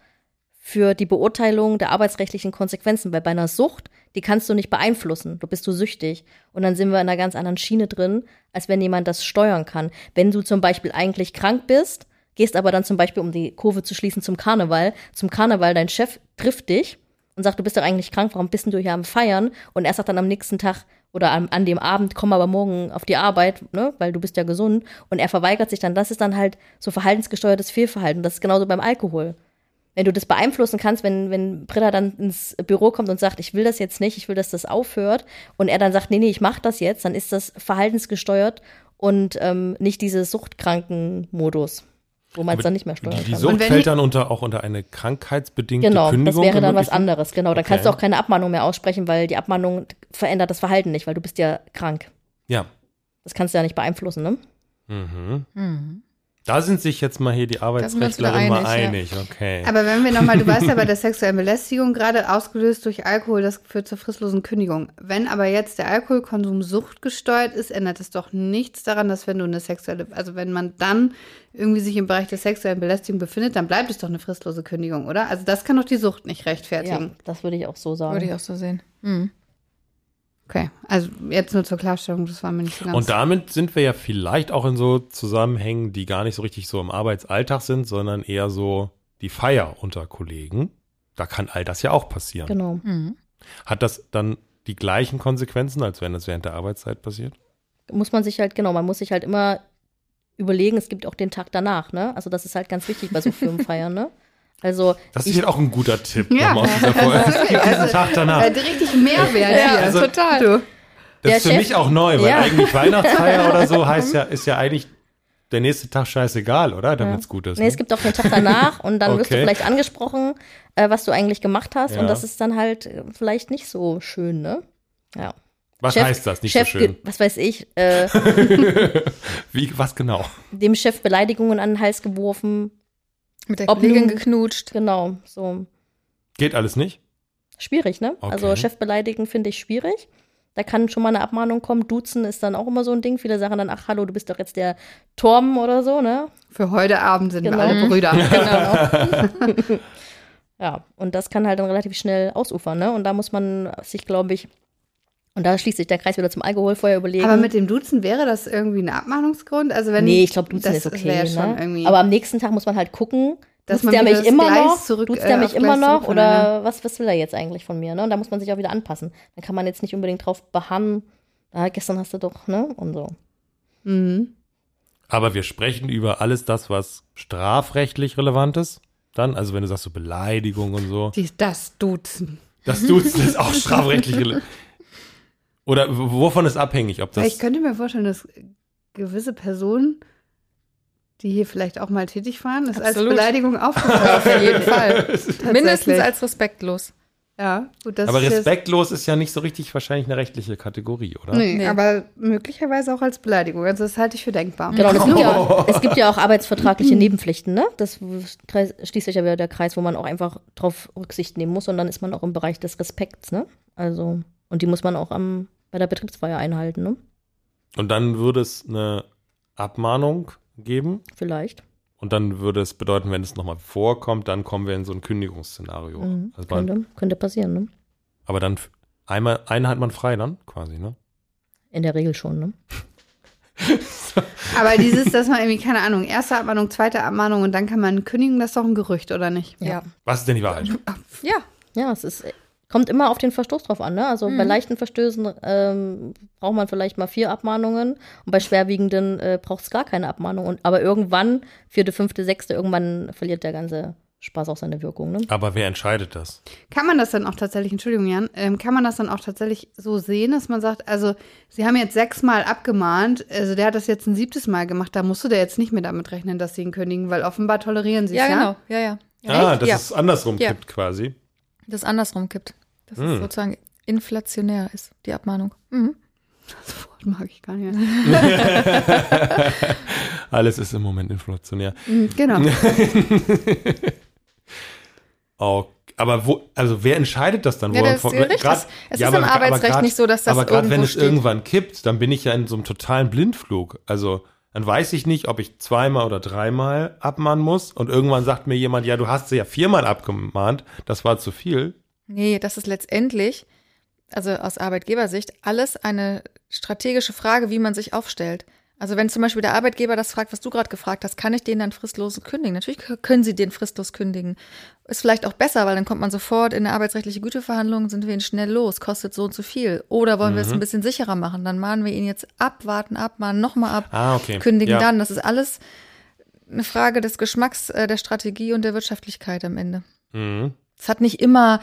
Speaker 1: für die Beurteilung der arbeitsrechtlichen Konsequenzen, weil bei einer Sucht, die kannst du nicht beeinflussen. Du bist du süchtig. Und dann sind wir in einer ganz anderen Schiene drin, als wenn jemand das steuern kann. Wenn du zum Beispiel eigentlich krank bist, gehst aber dann zum Beispiel, um die Kurve zu schließen, zum Karneval, zum Karneval, dein Chef trifft dich und sagt, du bist doch eigentlich krank, warum bist denn du hier am Feiern? Und er sagt dann am nächsten Tag oder an, an dem Abend, komm aber morgen auf die Arbeit, ne, weil du bist ja gesund. Und er verweigert sich dann. Das ist dann halt so verhaltensgesteuertes Fehlverhalten. Das ist genauso beim Alkohol. Wenn du das beeinflussen kannst, wenn, wenn Britta dann ins Büro kommt und sagt, ich will das jetzt nicht, ich will, dass das aufhört, und er dann sagt, nee, nee, ich mach das jetzt, dann ist das verhaltensgesteuert und ähm, nicht dieses Suchtkranken-Modus, wo man es
Speaker 3: Aber
Speaker 1: dann nicht mehr steuern
Speaker 3: Die, die
Speaker 1: kann.
Speaker 3: Sucht
Speaker 2: Und wenn
Speaker 3: fällt
Speaker 2: ich-
Speaker 3: dann unter, auch unter eine krankheitsbedingte
Speaker 1: Genau, das
Speaker 3: Kündigung.
Speaker 1: wäre
Speaker 3: im
Speaker 1: dann was
Speaker 3: Möglichen?
Speaker 1: anderes. Genau, dann kannst du
Speaker 3: Okay.
Speaker 1: auch keine Abmahnung mehr aussprechen, weil die Abmahnung verändert das Verhalten nicht, weil du bist ja krank.
Speaker 3: Ja.
Speaker 1: Das kannst du ja nicht beeinflussen, ne?
Speaker 3: Mhm.
Speaker 4: Mhm.
Speaker 3: Da sind sich jetzt mal hier die
Speaker 4: sind wir uns
Speaker 3: Arbeitsrechtlerin mal
Speaker 4: wieder
Speaker 3: einig.
Speaker 4: einig,
Speaker 3: Okay.
Speaker 2: Aber wenn wir nochmal, du weißt ja bei der sexuellen Belästigung, gerade ausgelöst durch Alkohol, das führt zur fristlosen Kündigung. Wenn aber jetzt der Alkoholkonsum suchtgesteuert ist, ändert es doch nichts daran, dass wenn du eine sexuelle, also wenn man dann irgendwie sich im Bereich der sexuellen Belästigung befindet, dann bleibt es doch eine fristlose Kündigung, oder? Also das kann doch die Sucht nicht
Speaker 1: Ja,
Speaker 2: rechtfertigen.
Speaker 1: das würde ich auch so
Speaker 4: Würde ich
Speaker 1: sagen.
Speaker 4: auch so sehen. Mhm.
Speaker 2: Okay, also jetzt nur zur Klarstellung, das war mir nicht so ganz.
Speaker 3: Und damit sind wir ja vielleicht auch in so Zusammenhängen, die gar nicht so richtig so im Arbeitsalltag sind, sondern eher so die Feier unter Kollegen. Da kann all das ja auch passieren.
Speaker 1: Genau.
Speaker 4: Mhm.
Speaker 3: Hat das dann die gleichen Konsequenzen, als wenn das während der Arbeitszeit passiert?
Speaker 1: Muss man sich halt, genau, man muss sich halt immer überlegen, es gibt auch den Tag danach, ne? Also das ist halt ganz wichtig bei so Firmenfeiern, ne? Also
Speaker 3: Das ist
Speaker 1: ich,
Speaker 3: jetzt auch ein guter Tipp.
Speaker 2: Ja.
Speaker 3: nochmal
Speaker 1: (laughs)
Speaker 3: aus dieser Folge. Es gibt diesen
Speaker 1: also,
Speaker 3: Tag danach.
Speaker 2: Äh, richtig Mehrwert
Speaker 4: Ja,
Speaker 2: hier.
Speaker 3: Ah. also-
Speaker 4: total.
Speaker 2: Du.
Speaker 3: Das
Speaker 1: Der
Speaker 3: ist für
Speaker 1: Chef-
Speaker 3: mich auch neu, weil
Speaker 1: Ja.
Speaker 3: eigentlich Weihnachtsfeier oder
Speaker 1: (laughs)
Speaker 3: so heißt ja, ist ja eigentlich der nächste Tag scheißegal, oder? Damit es gut ist. ne?
Speaker 1: nee, es gibt auch den Tag danach und dann wirst du
Speaker 3: Okay.
Speaker 1: vielleicht angesprochen, äh, was du eigentlich gemacht hast
Speaker 3: Ja.
Speaker 1: und das ist dann halt äh, vielleicht nicht so schön, ne? Ja.
Speaker 3: was
Speaker 1: Chef-
Speaker 3: heißt das? Nicht
Speaker 1: Chef,
Speaker 3: so schön.
Speaker 1: ge- was weiß ich, äh,
Speaker 3: (laughs) Wie, was genau?
Speaker 1: dem Chef Beleidigungen an den Hals geworfen,
Speaker 4: Mit der
Speaker 1: Ob
Speaker 4: Kollegin
Speaker 1: nun-
Speaker 4: geknutscht.
Speaker 1: genau, so.
Speaker 3: Geht alles nicht?
Speaker 1: Schwierig, ne?
Speaker 3: Okay.
Speaker 1: Also Chef beleidigen finde ich schwierig. Da kann schon mal eine Abmahnung kommen. Duzen ist dann auch immer so ein Ding. Viele sagen dann, ach hallo, du bist doch jetzt der Torben oder so, ne?
Speaker 2: Für heute Abend sind
Speaker 1: Genau.
Speaker 2: wir alle Brüder.
Speaker 1: Genau. (laughs) ja, und das kann halt dann relativ schnell ausufern, ne? Und da muss man sich, glaube ich, und da schließt sich der Kreis wieder zum Alkohol vorher überlegen.
Speaker 2: (laughs) Aber mit dem Duzen wäre das irgendwie ein Abmahnungsgrund? Also wenn
Speaker 1: Genau. nee, ich glaube, Duzen
Speaker 2: das
Speaker 1: ist okay.
Speaker 2: wäre schon
Speaker 1: ne?
Speaker 2: irgendwie.
Speaker 1: Aber am nächsten Tag muss man halt gucken,
Speaker 2: Dass
Speaker 1: duzt
Speaker 2: man
Speaker 1: der
Speaker 2: wieder
Speaker 1: mich
Speaker 2: das
Speaker 1: immer
Speaker 2: Gleis
Speaker 1: noch,
Speaker 2: zurück-
Speaker 1: duzt
Speaker 2: äh,
Speaker 1: der
Speaker 2: auf
Speaker 1: mich
Speaker 2: Gleis
Speaker 1: immer noch
Speaker 2: zurückeinander.
Speaker 1: oder was, was will er jetzt eigentlich von mir, ne? Und da muss man sich auch wieder anpassen. Dann kann man jetzt nicht unbedingt drauf beharren, ah, gestern hast du doch, ne? Und so.
Speaker 2: Mhm.
Speaker 3: Aber wir sprechen über alles das, was strafrechtlich relevant ist. Dann, also wenn du sagst so Beleidigung und so.
Speaker 2: Die, das Duzen.
Speaker 3: Das
Speaker 2: Mhm.
Speaker 3: Duzen ist auch strafrechtlich relevant. Oder w- wovon ist abhängig, ob das.
Speaker 2: ich könnte mir vorstellen, dass gewisse Personen, die hier vielleicht auch mal tätig waren, das
Speaker 4: Absolut.
Speaker 2: als Beleidigung aufgefallen.
Speaker 3: (laughs)
Speaker 2: Auf jeden Fall. Tatsächlich.
Speaker 4: Mindestens als respektlos.
Speaker 2: Ja, gut, das
Speaker 3: aber
Speaker 2: ist jetzt-
Speaker 3: respektlos ist ja nicht so richtig wahrscheinlich eine rechtliche Kategorie, oder?
Speaker 2: Nee,
Speaker 4: Nee.
Speaker 2: aber möglicherweise auch als Beleidigung. Also das halte ich für denkbar.
Speaker 1: Genau, und es gibt, ja
Speaker 3: Oh.
Speaker 1: auch, es gibt ja auch arbeitsvertragliche Nebenpflichten, ne? Das kreis- schließt sich ja wieder der Kreis, wo man auch einfach drauf Rücksicht nehmen muss und dann ist man auch im Bereich des Respekts, ne? Also, und die muss man auch am, bei der Betriebsfeier einhalten, ne?
Speaker 3: Und dann würde es eine Abmahnung geben.
Speaker 1: Vielleicht.
Speaker 3: Und dann würde es bedeuten, wenn es nochmal vorkommt, dann kommen wir in so ein Kündigungsszenario.
Speaker 1: Mhm.
Speaker 3: Also man,
Speaker 1: Könnte, könnte passieren, ne?
Speaker 3: aber dann f- einmal, einen hat man frei dann, quasi, ne?
Speaker 1: In der Regel schon, ne?
Speaker 2: Aber dieses, dass man irgendwie, keine Ahnung, erste Abmahnung, zweite Abmahnung und dann kann man kündigen, das ist doch ein Gerücht, oder nicht?
Speaker 4: Ja.
Speaker 3: Was ist denn die Wahrheit?
Speaker 4: Ja.
Speaker 1: Ja, es ist, kommt immer auf den Verstoß drauf an. Ne? Also bei leichten Verstößen ähm, braucht man vielleicht mal vier Abmahnungen und bei schwerwiegenden äh, braucht es gar keine Abmahnung. Und, aber irgendwann, vierte, fünfte, sechste, irgendwann verliert der ganze Spaß auch seine Wirkung. Ne?
Speaker 3: Aber wer entscheidet das?
Speaker 2: Kann man das dann auch tatsächlich, Entschuldigung, Jan, ähm, kann man das dann auch tatsächlich so sehen, dass man sagt, also sie haben jetzt sechsmal abgemahnt, also der hat das jetzt ein siebtes Mal gemacht, da musst du da jetzt nicht mehr damit rechnen, dass sie ihn kündigen, weil offenbar tolerieren sie es,
Speaker 4: Ja,
Speaker 2: ja?
Speaker 4: genau. Ja, Hm. ja.
Speaker 3: Ah,
Speaker 4: Echt?
Speaker 3: dass
Speaker 4: ja.
Speaker 3: es andersrum
Speaker 4: Ja.
Speaker 3: kippt quasi.
Speaker 4: das andersrum kippt. Dass es sozusagen inflationär ist, die Abmahnung. Mhm.
Speaker 2: Das Wort mag ich gar nicht. mehr.
Speaker 3: Alles ist im Moment inflationär.
Speaker 2: Mhm, Genau.
Speaker 4: Hm.
Speaker 3: (laughs) Okay. Aber wo, also wer entscheidet das dann?
Speaker 4: Ja,
Speaker 3: wo-
Speaker 4: das ist
Speaker 3: von-
Speaker 4: Gericht.
Speaker 3: grad-
Speaker 4: Es- es ist im Arbeitsrecht
Speaker 3: grad-
Speaker 4: nicht so, dass das
Speaker 3: Aber gerade wenn
Speaker 4: irgendwo
Speaker 3: es
Speaker 4: steht.
Speaker 3: irgendwann kippt, dann bin ich ja in so einem totalen Blindflug. Also dann weiß ich nicht, ob ich zweimal oder dreimal abmahnen muss. Und irgendwann sagt mir jemand, ja, du hast sie ja viermal abgemahnt. Das war zu viel.
Speaker 4: Nee, das ist letztendlich, also aus Arbeitgebersicht, alles eine strategische Frage, wie man sich aufstellt. Also wenn zum Beispiel der Arbeitgeber das fragt, was du gerade gefragt hast, kann ich den dann fristlos kündigen? Natürlich k- können sie den fristlos kündigen. Ist vielleicht auch besser, weil dann kommt man sofort in eine arbeitsrechtliche Güteverhandlung, sind wir ihn schnell los, kostet so und so viel. Oder wollen wir
Speaker 3: Mhm.
Speaker 4: es ein bisschen sicherer machen? Dann mahnen wir ihn jetzt ab, warten ab, mahnen nochmal ab,
Speaker 3: Ah, okay.
Speaker 4: kündigen
Speaker 3: Ja.
Speaker 4: dann. Das ist alles eine Frage des Geschmacks, äh, der Strategie und der Wirtschaftlichkeit am Ende.
Speaker 3: Mhm.
Speaker 4: Es hat nicht immer,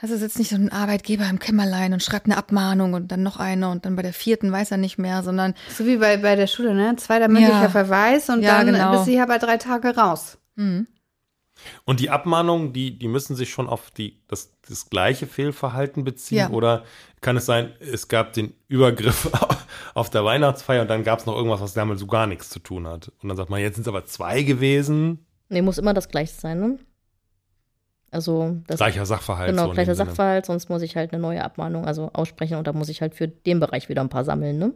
Speaker 4: also es ist jetzt nicht so ein Arbeitgeber im Kämmerlein und schreibt eine Abmahnung und dann noch eine und dann bei der vierten weiß er nicht mehr, sondern
Speaker 2: So wie bei, bei der Schule, ne? Zweiter mündlicher
Speaker 4: Ja.
Speaker 2: Verweis und
Speaker 4: Ja,
Speaker 2: dann äh,
Speaker 4: genau.
Speaker 2: bist du hier bei drei Tage raus.
Speaker 4: hm,
Speaker 3: Und die Abmahnungen, die, die müssen sich schon auf die, das, das gleiche Fehlverhalten beziehen?
Speaker 4: Ja.
Speaker 3: Oder kann es sein, es gab den Übergriff (laughs) auf der Weihnachtsfeier und dann gab es noch irgendwas, was damit so gar nichts zu tun hat? Und dann sagt man, jetzt sind es aber zwei gewesen.
Speaker 1: Nee, muss immer das Gleiche sein, ne? Also, das
Speaker 3: Gleicher Sachverhalt.
Speaker 1: Genau,
Speaker 3: so in
Speaker 1: gleicher
Speaker 3: dem Sinne.
Speaker 1: Sachverhalt, sonst muss ich halt eine neue Abmahnung also aussprechen und da muss ich halt für den Bereich wieder ein paar sammeln, ne?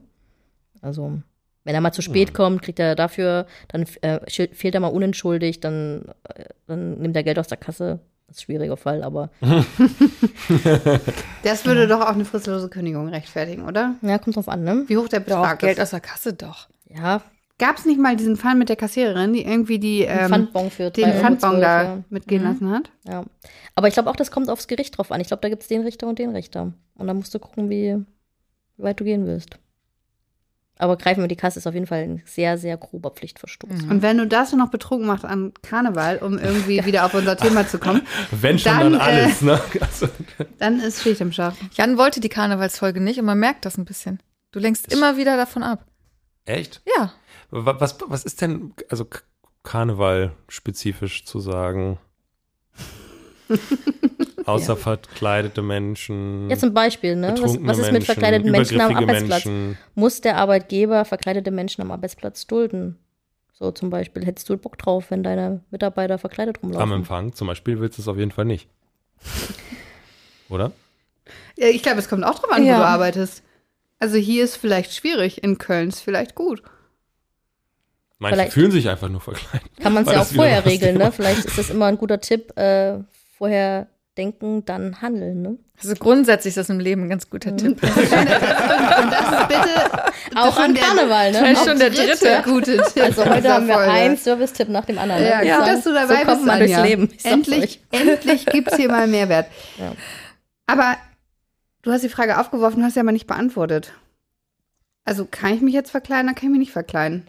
Speaker 1: Also, wenn er mal zu spät
Speaker 3: Hm.
Speaker 1: kommt, kriegt er dafür, dann äh, sche- fehlt er mal unentschuldigt, dann, äh, dann nimmt er Geld aus der Kasse. Das ist ein schwieriger Fall, aber
Speaker 2: Das würde doch auch eine fristlose Kündigung rechtfertigen, oder?
Speaker 1: ja, kommt drauf an, ne?
Speaker 2: Wie hoch der
Speaker 4: doch,
Speaker 2: Betrag
Speaker 4: Geld
Speaker 2: ist.
Speaker 4: aus der Kasse doch.
Speaker 1: Ja,
Speaker 2: Gab es nicht mal diesen Fall mit der Kassiererin, die irgendwie die,
Speaker 1: ähm,
Speaker 2: ähm,
Speaker 1: Pfandbon für
Speaker 2: den
Speaker 1: 3,12
Speaker 2: Pfandbon da
Speaker 1: ja.
Speaker 2: mitgehen
Speaker 4: Mhm.
Speaker 2: lassen hat?
Speaker 1: Ja. Aber ich glaube auch, das kommt aufs Gericht drauf an. Ich glaube, da gibt es den Richter und den Richter. Und dann musst du gucken, wie wie weit du gehen willst. Aber greifen wir die Kasse ist auf jeden Fall ein sehr, sehr grober Pflichtverstoß.
Speaker 4: Mhm.
Speaker 2: Und wenn du das noch Betrug machst an Karneval, um
Speaker 4: (laughs)
Speaker 2: irgendwie wieder auf unser Thema zu kommen,
Speaker 3: Wenn schon,
Speaker 2: Dann,
Speaker 3: dann,
Speaker 2: äh,
Speaker 3: alles. ne? (laughs) Also,
Speaker 2: dann ist Schicht im Schacht.
Speaker 4: Jan wollte die Karnevalsfolge nicht und man merkt das ein bisschen. Du lenkst immer wieder davon ab.
Speaker 3: echt?
Speaker 4: Ja,
Speaker 3: Wa- Was, was ist denn, also K- Karneval spezifisch zu
Speaker 1: (laughs)
Speaker 3: sagen? Außer verkleidete Menschen.
Speaker 1: Ja, zum Beispiel, ne? Was,
Speaker 3: betrunkene
Speaker 1: was ist mit
Speaker 3: Menschen,
Speaker 1: verkleideten Menschen am
Speaker 3: übergriffige
Speaker 1: Arbeitsplatz?
Speaker 3: Menschen.
Speaker 1: Muss der Arbeitgeber verkleidete Menschen am Arbeitsplatz dulden? So zum Beispiel, hättest du Bock drauf, wenn deine Mitarbeiter verkleidet
Speaker 3: Am
Speaker 1: rumlaufen?
Speaker 3: Empfang zum Beispiel willst du es auf jeden Fall nicht. Oder?
Speaker 2: Ja, Ich glaube, es kommt auch drauf an,
Speaker 4: Ja.
Speaker 2: wo du arbeitest. Also hier ist vielleicht schwierig, in Köln ist vielleicht
Speaker 4: (laughs)
Speaker 2: gut.
Speaker 3: Manche
Speaker 1: Vielleicht.
Speaker 3: fühlen sich einfach nur verkleidet.
Speaker 1: Kann man es
Speaker 3: War
Speaker 1: ja auch
Speaker 3: das wieder
Speaker 1: vorher
Speaker 3: was (laughs)
Speaker 1: regeln,
Speaker 3: Thema?
Speaker 1: ne? Vielleicht ist das immer ein guter Tipp, äh, vorher denken, dann handeln, ne?
Speaker 4: also grundsätzlich ist das im Leben ein ganz guter Tipp.
Speaker 2: Und das ist bitte
Speaker 1: Auch
Speaker 2: schon
Speaker 1: an
Speaker 2: der-
Speaker 1: Karneval, ne?
Speaker 4: das ist
Speaker 1: Auch
Speaker 4: schon der dritte.
Speaker 2: gute
Speaker 1: (laughs)
Speaker 2: Tipp.
Speaker 1: Also heute
Speaker 2: dieser
Speaker 1: haben wir
Speaker 2: Folge.
Speaker 1: einen Service-Tipp nach dem anderen.
Speaker 2: Ja,
Speaker 1: ne?
Speaker 2: gut, dass du dabei
Speaker 1: so kommt
Speaker 2: bist,
Speaker 1: man
Speaker 2: Anja.
Speaker 1: durchs Leben. ich sag's
Speaker 2: Endlich,
Speaker 1: euch. (laughs)
Speaker 2: endlich gibt es hier mal Mehrwert.
Speaker 1: Ja.
Speaker 2: Aber du hast die Frage aufgeworfen, hast sie aber nicht beantwortet. Also kann ich mich jetzt verkleiden, dann kann ich mich nicht verkleiden.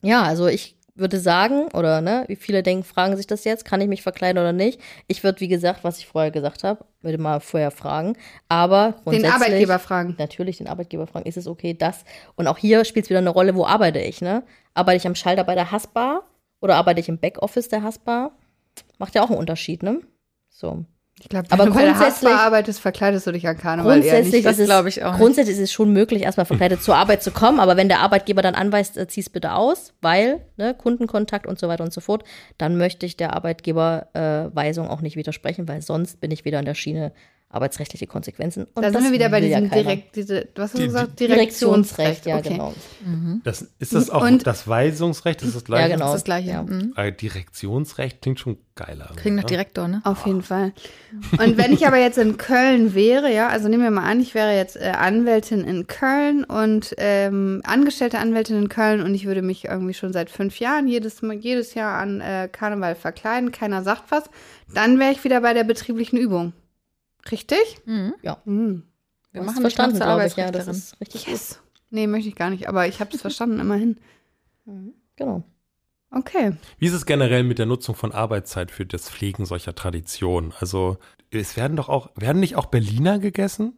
Speaker 1: Ja, also ich würde sagen, oder ne, wie viele denken, fragen sich das jetzt, kann ich mich verkleiden oder nicht? Ich würde, wie gesagt, was ich vorher gesagt habe, würde mal vorher fragen. Aber
Speaker 2: Den
Speaker 1: grundsätzlich
Speaker 2: Arbeitgeber fragen.
Speaker 1: natürlich den Arbeitgeber fragen, ist es okay, das? Und auch hier spielt es wieder eine Rolle, wo arbeite ich, ne? Arbeite ich am Schalter bei der Haspa oder arbeite ich im Backoffice der Haspa? Macht ja auch einen Unterschied, ne? So.
Speaker 2: Ich glaube,
Speaker 1: Aber
Speaker 2: wenn du bei der
Speaker 1: grundsätzlich-
Speaker 2: Haspa arbeitest, verkleidest du dich an Karneval eher
Speaker 1: Grundsätzlich
Speaker 2: nicht.
Speaker 4: Das
Speaker 1: ist, es,
Speaker 4: glaub ich auch nicht.
Speaker 1: grundsätzlich ist es schon möglich, erstmal verkleidet zur Arbeit zu kommen, aber wenn der Arbeitgeber dann anweist, äh, zieh's bitte aus, weil ne, Kundenkontakt und so weiter und so fort, dann möchte ich der Arbeitgeberweisung äh, Weisung auch nicht widersprechen, weil sonst bin ich wieder in der Schiene arbeitsrechtliche Konsequenzen. Und
Speaker 2: Da sind
Speaker 1: das
Speaker 2: wir wieder bei
Speaker 1: will ja
Speaker 2: diesem
Speaker 1: keiner.
Speaker 2: direkt, diese, was hast du
Speaker 3: Die-
Speaker 2: gesagt?
Speaker 1: Direktionsrecht. Ja,
Speaker 2: okay.
Speaker 1: genau.
Speaker 3: Hm? Das, ist das auch
Speaker 2: Und-
Speaker 3: das Weisungsrecht? Ist das gleich?
Speaker 1: Ja, genau.
Speaker 4: Das ist das Gleiche.
Speaker 1: Ja.
Speaker 4: Mhm.
Speaker 3: Äh, Direktionsrecht klingt schon geiler.
Speaker 4: Kriegen
Speaker 3: ne?
Speaker 4: noch Direktor, ne?
Speaker 2: Auf jeden Fall. Und wenn ich aber jetzt in Köln wäre, ja, also nehmen wir mal an, ich wäre jetzt äh, Anwältin in Köln und ähm, angestellte Anwältin in Köln und ich würde mich irgendwie schon seit fünf Jahren jedes, Mal- jedes Jahr an äh, Karneval verkleiden, keiner sagt was, dann wäre ich wieder bei der betrieblichen Übung. Richtig?
Speaker 4: Mhm.
Speaker 2: Hm.
Speaker 4: Wir
Speaker 1: Hast
Speaker 4: machen
Speaker 1: du
Speaker 4: dich
Speaker 1: verstanden,
Speaker 4: noch zur
Speaker 1: glaube ich. Ja, das
Speaker 4: Arbeitsrichterin.
Speaker 1: ist richtig.
Speaker 2: Yes. Nee, möchte ich gar nicht, aber ich habe es verstanden, immerhin.
Speaker 1: Genau.
Speaker 2: Okay.
Speaker 3: Wie ist es generell mit der Nutzung von Arbeitszeit für das Pflegen solcher Traditionen? Also, es werden doch auch, werden nicht auch Berliner gegessen?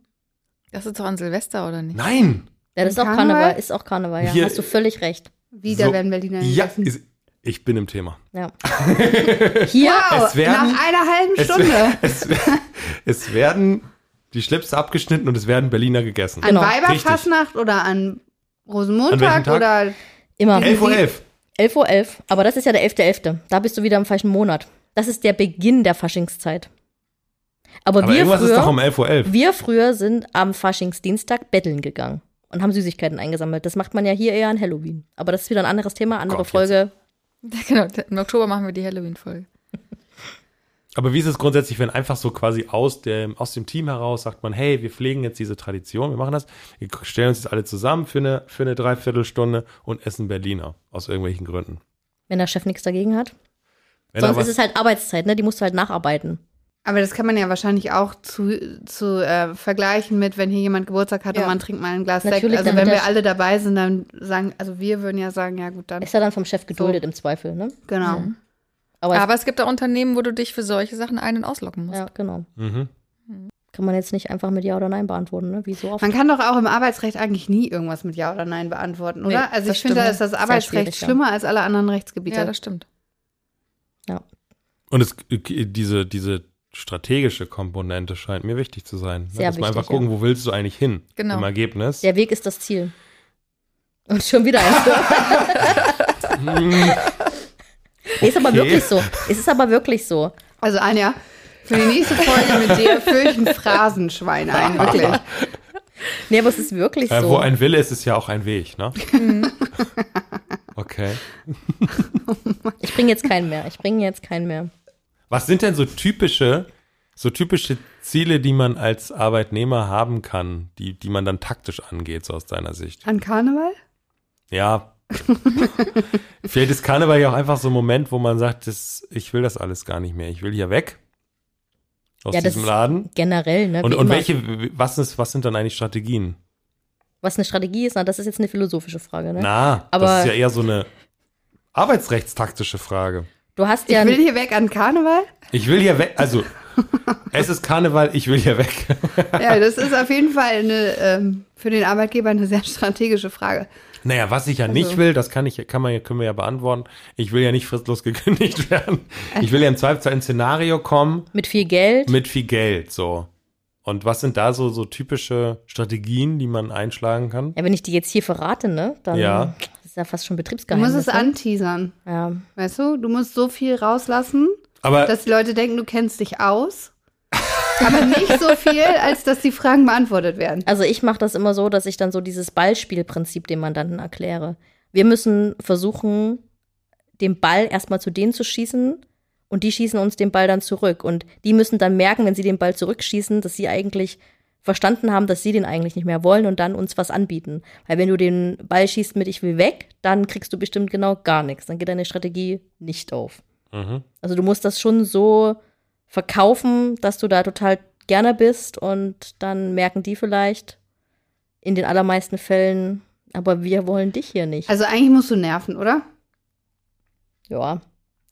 Speaker 4: Das ist doch an Silvester, oder nicht?
Speaker 3: Nein!
Speaker 1: Ja, das ist
Speaker 2: Und
Speaker 1: auch
Speaker 2: Karneval?
Speaker 1: Karneval, ist auch Karneval, ja.
Speaker 3: Hier-
Speaker 1: Hast du völlig recht.
Speaker 2: Wieder
Speaker 3: So.
Speaker 2: werden Berliner
Speaker 3: Ja,
Speaker 2: gegessen.
Speaker 3: ist, Ich bin im Thema.
Speaker 1: Ja. Hier,
Speaker 2: Wow,
Speaker 3: Es werden-
Speaker 2: nach einer halben
Speaker 3: Es, (laughs)
Speaker 2: Stunde.
Speaker 3: es, es werden die Schlips abgeschnitten und es werden Berliner gegessen.
Speaker 2: An
Speaker 1: Genau.
Speaker 2: Weiberfastnacht oder an Rosenmontag
Speaker 3: An welchem Tag?
Speaker 2: oder
Speaker 1: immer.
Speaker 3: 11.11 Uhr. 11.
Speaker 1: 11.11 Uhr, aber das ist ja der 11.11. Da bist du wieder im falschen Monat. Das ist der Beginn der Faschingszeit. Aber,
Speaker 3: Aber
Speaker 1: wir,
Speaker 3: irgendwas ist doch
Speaker 1: früher,
Speaker 3: um 11.11 Uhr. 11.
Speaker 1: wir früher sind am Faschingsdienstag betteln gegangen und haben Süßigkeiten eingesammelt. Das macht man ja hier eher an Halloween. Aber das ist wieder ein anderes Thema, andere
Speaker 3: Gott, jetzt.
Speaker 1: Folge.
Speaker 4: (laughs) Genau, im Oktober machen wir die Halloween-Folge.
Speaker 3: Aber wie ist es grundsätzlich, wenn einfach so quasi aus dem, aus dem Team heraus sagt man, hey, wir pflegen jetzt diese Tradition, wir machen das, wir stellen uns jetzt alle zusammen für eine, für eine Dreiviertelstunde und essen Berliner. Aus irgendwelchen Gründen.
Speaker 1: Wenn der Chef nichts dagegen hat.
Speaker 3: Wenn da
Speaker 1: Sonst
Speaker 3: was-
Speaker 1: ist es halt Arbeitszeit, ne? Die musst du halt nacharbeiten.
Speaker 2: Aber das kann man ja wahrscheinlich auch zu, zu äh, vergleichen mit, wenn hier jemand Geburtstag hat
Speaker 4: Ja.
Speaker 2: und man trinkt mal ein Glas Sekt.
Speaker 1: Natürlich,
Speaker 2: Also
Speaker 1: damit
Speaker 2: wenn wir
Speaker 1: das-
Speaker 2: alle dabei sind, dann sagen, also wir würden ja sagen, ja gut, dann
Speaker 1: Ist ja dann vom Chef geduldet im Zweifel, ne?
Speaker 2: genau.
Speaker 4: Mhm.
Speaker 1: Aber,
Speaker 4: Aber es gibt da Unternehmen, wo du dich für solche Sachen ein- und auslocken musst.
Speaker 1: ja, genau.
Speaker 3: mhm.
Speaker 1: Kann man jetzt nicht einfach mit Ja oder Nein beantworten, ne? Wie so oft.
Speaker 2: Man kann doch auch im Arbeitsrecht eigentlich nie irgendwas mit Ja oder Nein beantworten, oder?
Speaker 4: Nee,
Speaker 2: also
Speaker 4: das
Speaker 2: ich finde, da
Speaker 4: stimmt.
Speaker 2: ist das
Speaker 1: ja
Speaker 2: Arbeitsrecht
Speaker 1: schwierig, ja.
Speaker 2: schlimmer als alle anderen Rechtsgebiete.
Speaker 4: Ja, das stimmt.
Speaker 3: Und es, äh, diese, diese strategische Komponente scheint mir wichtig zu sein. ne?
Speaker 1: Sehr
Speaker 3: Dass man
Speaker 1: wichtig,
Speaker 3: einfach gucken,
Speaker 1: ja.
Speaker 3: wo willst du eigentlich hin
Speaker 4: Genau.
Speaker 3: im Ergebnis.
Speaker 1: Der Weg ist das Ziel. Und schon wieder eins. Nee, Ist aber
Speaker 3: Okay.
Speaker 1: wirklich so. Es ist aber wirklich so.
Speaker 2: also Anja, für die nächste Folge mit dir fülle ich ein Phrasenschwein ein, wirklich.
Speaker 1: Nee, aber es ist wirklich
Speaker 3: Äh,
Speaker 1: so. Mhm.
Speaker 3: Wo ein Wille ist, ist ja auch ein Weg, ne? (laughs) okay.
Speaker 1: ich bringe jetzt keinen mehr. Ich bringe jetzt keinen mehr.
Speaker 3: Was sind denn so typische, so typische Ziele, die man als Arbeitnehmer haben kann, die, die man dann taktisch angeht, so aus deiner Sicht?
Speaker 2: An Karneval?
Speaker 1: (laughs)
Speaker 3: Ja. Vielleicht ist Karneval ja auch einfach so ein Moment, wo man sagt, das, ich will das alles gar nicht mehr. Ich will hier weg aus
Speaker 1: Ja, das
Speaker 3: diesem
Speaker 1: ist-
Speaker 3: Laden.
Speaker 1: Generell, ne?
Speaker 3: Und,
Speaker 1: wie
Speaker 3: und
Speaker 1: immer.
Speaker 3: welche, was, ist, was sind dann eigentlich Strategien?
Speaker 1: Was eine Strategie ist, na, das ist jetzt eine philosophische Frage, ne?
Speaker 3: Na,
Speaker 1: Aber-
Speaker 3: das ist ja eher so eine arbeitsrechtstaktische Frage.
Speaker 1: Du hast
Speaker 2: Ich
Speaker 1: ja.
Speaker 2: will hier weg an Karneval?
Speaker 3: Ich will hier weg,
Speaker 1: (laughs)
Speaker 3: also es ist Karneval, ich will hier weg.
Speaker 2: Ja, das ist auf jeden Fall eine, ähm, für den Arbeitgeber eine sehr strategische Frage.
Speaker 3: Naja, was ich ja
Speaker 1: Also-
Speaker 3: nicht will, das kann ich, kann man, ja- können wir ja beantworten. Ich will ja nicht fristlos (laughs) gekündigt werden. Ich will ja im Zweifel zu einem Szenario kommen
Speaker 1: mit viel Geld.
Speaker 3: mit viel Geld, so. Und was sind da so, so typische Strategien, die man einschlagen kann?
Speaker 1: ja, wenn ich die jetzt hier verrate, ne? Dann
Speaker 3: Ja.
Speaker 1: das ist ja fast schon
Speaker 2: Du musst
Speaker 1: Betriebsgeheimnis.
Speaker 2: es
Speaker 1: ne?
Speaker 2: anteasern,
Speaker 1: Ja.
Speaker 2: weißt du? Du musst so viel rauslassen,
Speaker 3: Aber
Speaker 2: dass die Leute denken, du kennst dich aus. Aber nicht so viel, als dass die Fragen beantwortet werden.
Speaker 1: Also ich mache das immer so, dass ich dann so dieses Ballspielprinzip dem Mandanten erkläre. Wir müssen versuchen, den Ball erstmal zu denen zu schießen und die schießen uns den Ball dann zurück. Und die müssen dann merken, wenn sie den Ball zurückschießen, dass sie eigentlich verstanden haben, dass sie den eigentlich nicht mehr wollen und dann uns was anbieten. Weil wenn du den Ball schießt mit Ich will weg, dann kriegst du bestimmt genau gar nichts. Dann geht deine Strategie nicht auf.
Speaker 3: mhm.
Speaker 1: Also du musst das schon so verkaufen, dass du da total gerne bist und dann merken die vielleicht in den allermeisten Fällen, aber wir wollen dich hier nicht.
Speaker 2: Also eigentlich musst du nerven, oder?
Speaker 1: ja,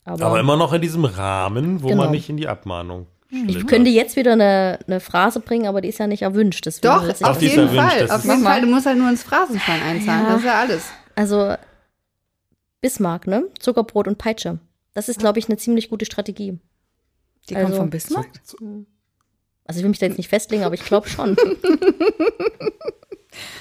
Speaker 1: aber,
Speaker 3: aber immer noch in diesem Rahmen, wo
Speaker 1: Also- Genau.
Speaker 3: man nicht in die Abmahnung
Speaker 1: ich könnte jetzt wieder eine, eine Phrase bringen, aber die ist ja nicht erwünscht. Deswegen
Speaker 2: Doch,
Speaker 1: setze ich
Speaker 2: auf
Speaker 1: das-
Speaker 3: die ist
Speaker 2: jeden
Speaker 3: erwünscht,
Speaker 2: Fall.
Speaker 3: das
Speaker 2: Auf
Speaker 3: ist-
Speaker 2: jeden
Speaker 4: Mach mal.
Speaker 2: Fall. Du musst halt nur ins Phrasenschwein einzahlen.
Speaker 1: Ja.
Speaker 2: Das ist ja alles.
Speaker 1: Also Bismarck, ne? Zuckerbrot und Peitsche. Das ist, glaube ich, eine ziemlich gute Strategie.
Speaker 4: Die
Speaker 1: Also-
Speaker 4: kommt vom Bismarck?
Speaker 1: Also ich will mich da jetzt nicht festlegen, aber ich glaube
Speaker 2: (laughs)
Speaker 1: schon.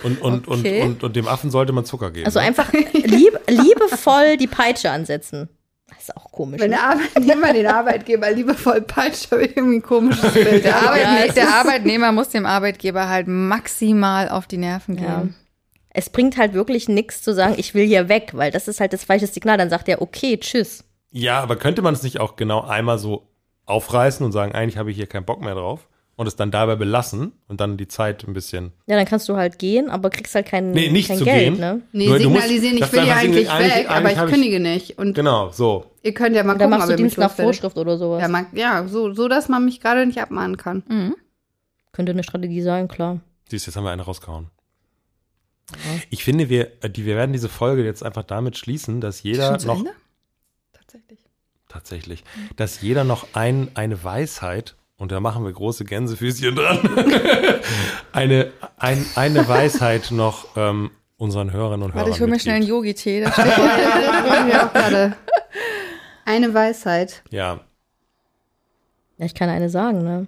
Speaker 3: Und, und,
Speaker 4: Okay.
Speaker 3: und, und, und dem Affen sollte man Zucker geben.
Speaker 1: Also
Speaker 3: ne?
Speaker 1: einfach lieb, liebevoll die Peitsche ansetzen. Das ist auch komisch.
Speaker 2: Wenn
Speaker 1: ne?
Speaker 2: der Arbeitnehmer den Arbeitgeber liebevoll peitscht, habe ich irgendwie ein (laughs) komisches Bild. Der
Speaker 4: Der,
Speaker 2: Arbeit
Speaker 4: Arbeitne-
Speaker 1: Ja, es
Speaker 4: der Arbeitnehmer muss dem Arbeitgeber halt maximal auf die Nerven gehen.
Speaker 1: Ja. Es bringt halt wirklich nichts zu sagen, ich will hier weg, weil das ist halt das falsche Signal. Dann sagt er, okay, tschüss.
Speaker 3: Ja, aber könnte man es nicht auch genau einmal so aufreißen und sagen, eigentlich habe ich hier keinen Bock mehr drauf und es dann dabei belassen und dann die Zeit ein bisschen.
Speaker 1: Ja, dann kannst du halt gehen, aber kriegst halt kein,
Speaker 3: Nee, nicht
Speaker 1: kein
Speaker 3: zu
Speaker 1: Geld.
Speaker 3: gehen.
Speaker 1: Ne?
Speaker 2: nee,
Speaker 3: Nur du musst-
Speaker 2: signalisieren, ich
Speaker 3: das
Speaker 2: will ja
Speaker 3: einfach
Speaker 2: eigentlich
Speaker 3: signalisieren,
Speaker 2: weg,
Speaker 3: eigentlich-
Speaker 2: aber ich
Speaker 3: eigentlich
Speaker 2: kündige nicht. Und
Speaker 3: Genau, so.
Speaker 2: ihr könnt ja mal
Speaker 1: Und dann
Speaker 2: gucken,
Speaker 1: machst
Speaker 2: ob
Speaker 1: du
Speaker 2: ihr mich
Speaker 1: Dienst nach
Speaker 2: loswerdet.
Speaker 1: Vorschrift oder sowas.
Speaker 2: Ja, man, ja so, so, dass man mich gerade nicht abmahnen kann.
Speaker 4: Mhm.
Speaker 1: Könnte eine Strategie sein, klar.
Speaker 3: Siehst, jetzt haben wir einen rausgehauen. Ich finde, wir, äh, die, wir werden diese Folge jetzt einfach damit schließen, dass
Speaker 4: Ist
Speaker 3: jeder
Speaker 4: schon zu
Speaker 3: noch
Speaker 4: Ende? Tatsächlich.
Speaker 3: tatsächlich, dass jeder noch ein, eine Weisheit und da machen wir große (laughs) Gänsefüßchen dran, eine, ein, eine Weisheit noch ähm, unseren Hörerinnen und Hörern.
Speaker 4: Warte, ich hole mir
Speaker 3: mitgibt.
Speaker 4: schnell einen Yogi-Tee. da (laughs) steht-
Speaker 2: Das wollen wir auch gerade. Eine Weisheit.
Speaker 3: Ja,
Speaker 1: Ja, ich kann eine sagen,
Speaker 4: (laughs)
Speaker 1: ne?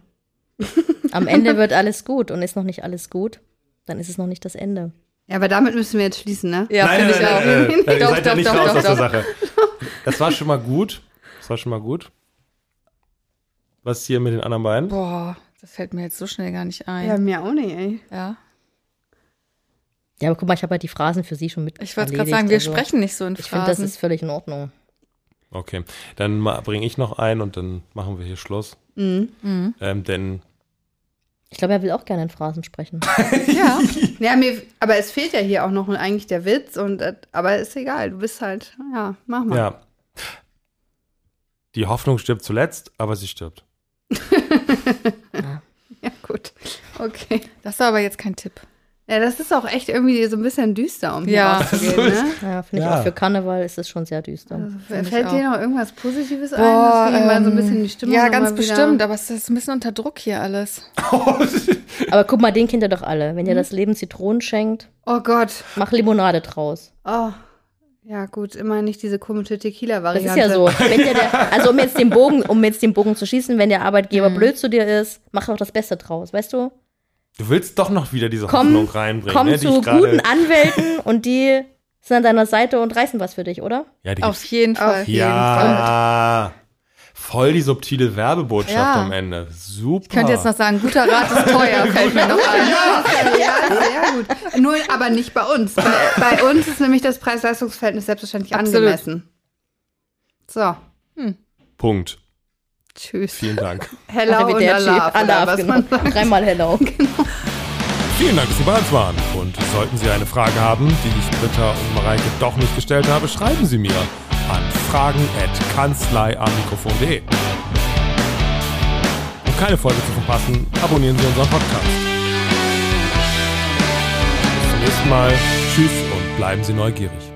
Speaker 1: Am Ende wird alles gut und ist noch nicht alles gut, dann ist es noch nicht das Ende.
Speaker 2: Ja, aber damit müssen wir jetzt schließen, ne?
Speaker 4: Ja,
Speaker 3: nein,
Speaker 4: finde
Speaker 3: nein,
Speaker 4: ich auch.
Speaker 3: nein, nein, nein, ihr
Speaker 4: (laughs) Doch,
Speaker 3: seid ja
Speaker 4: doch,
Speaker 3: nicht
Speaker 4: doch,
Speaker 3: raus
Speaker 4: doch,
Speaker 3: aus der
Speaker 4: doch. (laughs)
Speaker 3: Sache. Das war schon mal gut. Das war schon mal gut. Was hier mit den anderen beiden?
Speaker 4: Boah, das fällt mir jetzt so schnell gar nicht
Speaker 2: Ja,
Speaker 4: ein.
Speaker 2: mir auch nicht, ey.
Speaker 4: Ja.
Speaker 1: Ja, aber guck mal, ich habe halt die Phrasen für Sie schon mit.
Speaker 4: Ich wollte gerade
Speaker 1: erledigt,
Speaker 4: sagen, wir
Speaker 1: also
Speaker 4: sprechen nicht so in
Speaker 1: Ich finde, das
Speaker 4: Phrasen.
Speaker 1: ist völlig in Ordnung.
Speaker 3: Okay, dann bringe ich noch einen und dann machen wir hier Schluss.
Speaker 2: Mhm.
Speaker 4: mhm.
Speaker 3: Ähm, denn
Speaker 1: Ich glaube, er will auch gerne in Phrasen
Speaker 4: (laughs)
Speaker 1: sprechen.
Speaker 4: Ja,
Speaker 2: (laughs) Ja, mir, aber es fehlt ja hier auch noch eigentlich der Witz und das- aber ist egal, du bist halt, ja, mach mal.
Speaker 3: Ja. Die Hoffnung stirbt zuletzt, aber sie stirbt.
Speaker 2: Ja, gut. Okay.
Speaker 4: das war aber jetzt kein Tipp.
Speaker 2: Ja, das ist auch echt irgendwie so ein bisschen düster, um
Speaker 4: Ja.
Speaker 2: hier rauszugehen, ne?
Speaker 1: Ja, finde ich
Speaker 3: Ja.
Speaker 1: auch für Karneval ist es schon sehr düster.
Speaker 2: Also,
Speaker 4: Finde ich
Speaker 2: fällt dir
Speaker 4: auch.
Speaker 2: noch irgendwas Positives ein, dass wir hier mal so ein
Speaker 4: ähm,
Speaker 2: bisschen die Stimmung
Speaker 4: Ja,
Speaker 2: noch
Speaker 4: ganz
Speaker 2: mal
Speaker 4: bestimmt,
Speaker 2: Wieder,
Speaker 4: aber es ist ein bisschen unter Druck hier alles.
Speaker 1: Aber guck mal, den kennt ihr doch alle.
Speaker 2: Mhm.
Speaker 1: Wenn ihr das Leben Zitronen schenkt,
Speaker 2: oh Gott.
Speaker 1: mach Limonade draus.
Speaker 2: Oh. Ja, gut, immer nicht diese komische
Speaker 1: Das
Speaker 2: Tequila-Variante.
Speaker 1: ist ja so. Wenn dir der, also um jetzt den Bogen, um jetzt den Bogen zu schießen, wenn der Arbeitgeber
Speaker 2: Mhm.
Speaker 1: blöd zu dir ist, mach doch das Beste draus, weißt du?
Speaker 3: Du willst doch noch wieder diese
Speaker 1: Komm-
Speaker 3: Hoffnung reinbringen.
Speaker 1: Komm
Speaker 3: ne, die
Speaker 1: zu
Speaker 3: ich gerade-
Speaker 1: guten Anwälten und die sind an deiner Seite und reißen was für dich, oder?
Speaker 3: Ja, die
Speaker 4: Auf
Speaker 3: gibt's.
Speaker 4: jeden Fall.
Speaker 2: Auf jeden
Speaker 3: ja. Voll die subtile Werbebotschaft
Speaker 4: Ja.
Speaker 3: am Ende. Super.
Speaker 4: Ich könnte jetzt noch sagen, guter Rat ist
Speaker 3: (laughs)
Speaker 4: teuer, fällt mir noch ein.
Speaker 2: ja, sehr gut. Nur, aber nicht bei uns. Bei bei uns ist nämlich das Preis-Leistungs-Verhältnis selbstverständlich
Speaker 4: Absolut.
Speaker 2: angemessen. So,
Speaker 3: Punkt.
Speaker 2: tschüss.
Speaker 3: Vielen Dank.
Speaker 2: Hello und
Speaker 1: Arrivederci.
Speaker 2: Allah,
Speaker 1: Allah,
Speaker 2: Allah, was
Speaker 1: genau.
Speaker 2: man sagt.
Speaker 1: Dreimal hello.
Speaker 3: Vielen Dank, dass Sie bei uns waren. Und sollten Sie eine Frage haben, die ich Britta und Mareike doch nicht gestellt habe, schreiben Sie mir an fragen.kanzleiamikrofon.de. Um keine Folge zu verpassen, abonnieren Sie unseren Podcast. Bis zum nächsten Mal. Tschüss und bleiben Sie neugierig.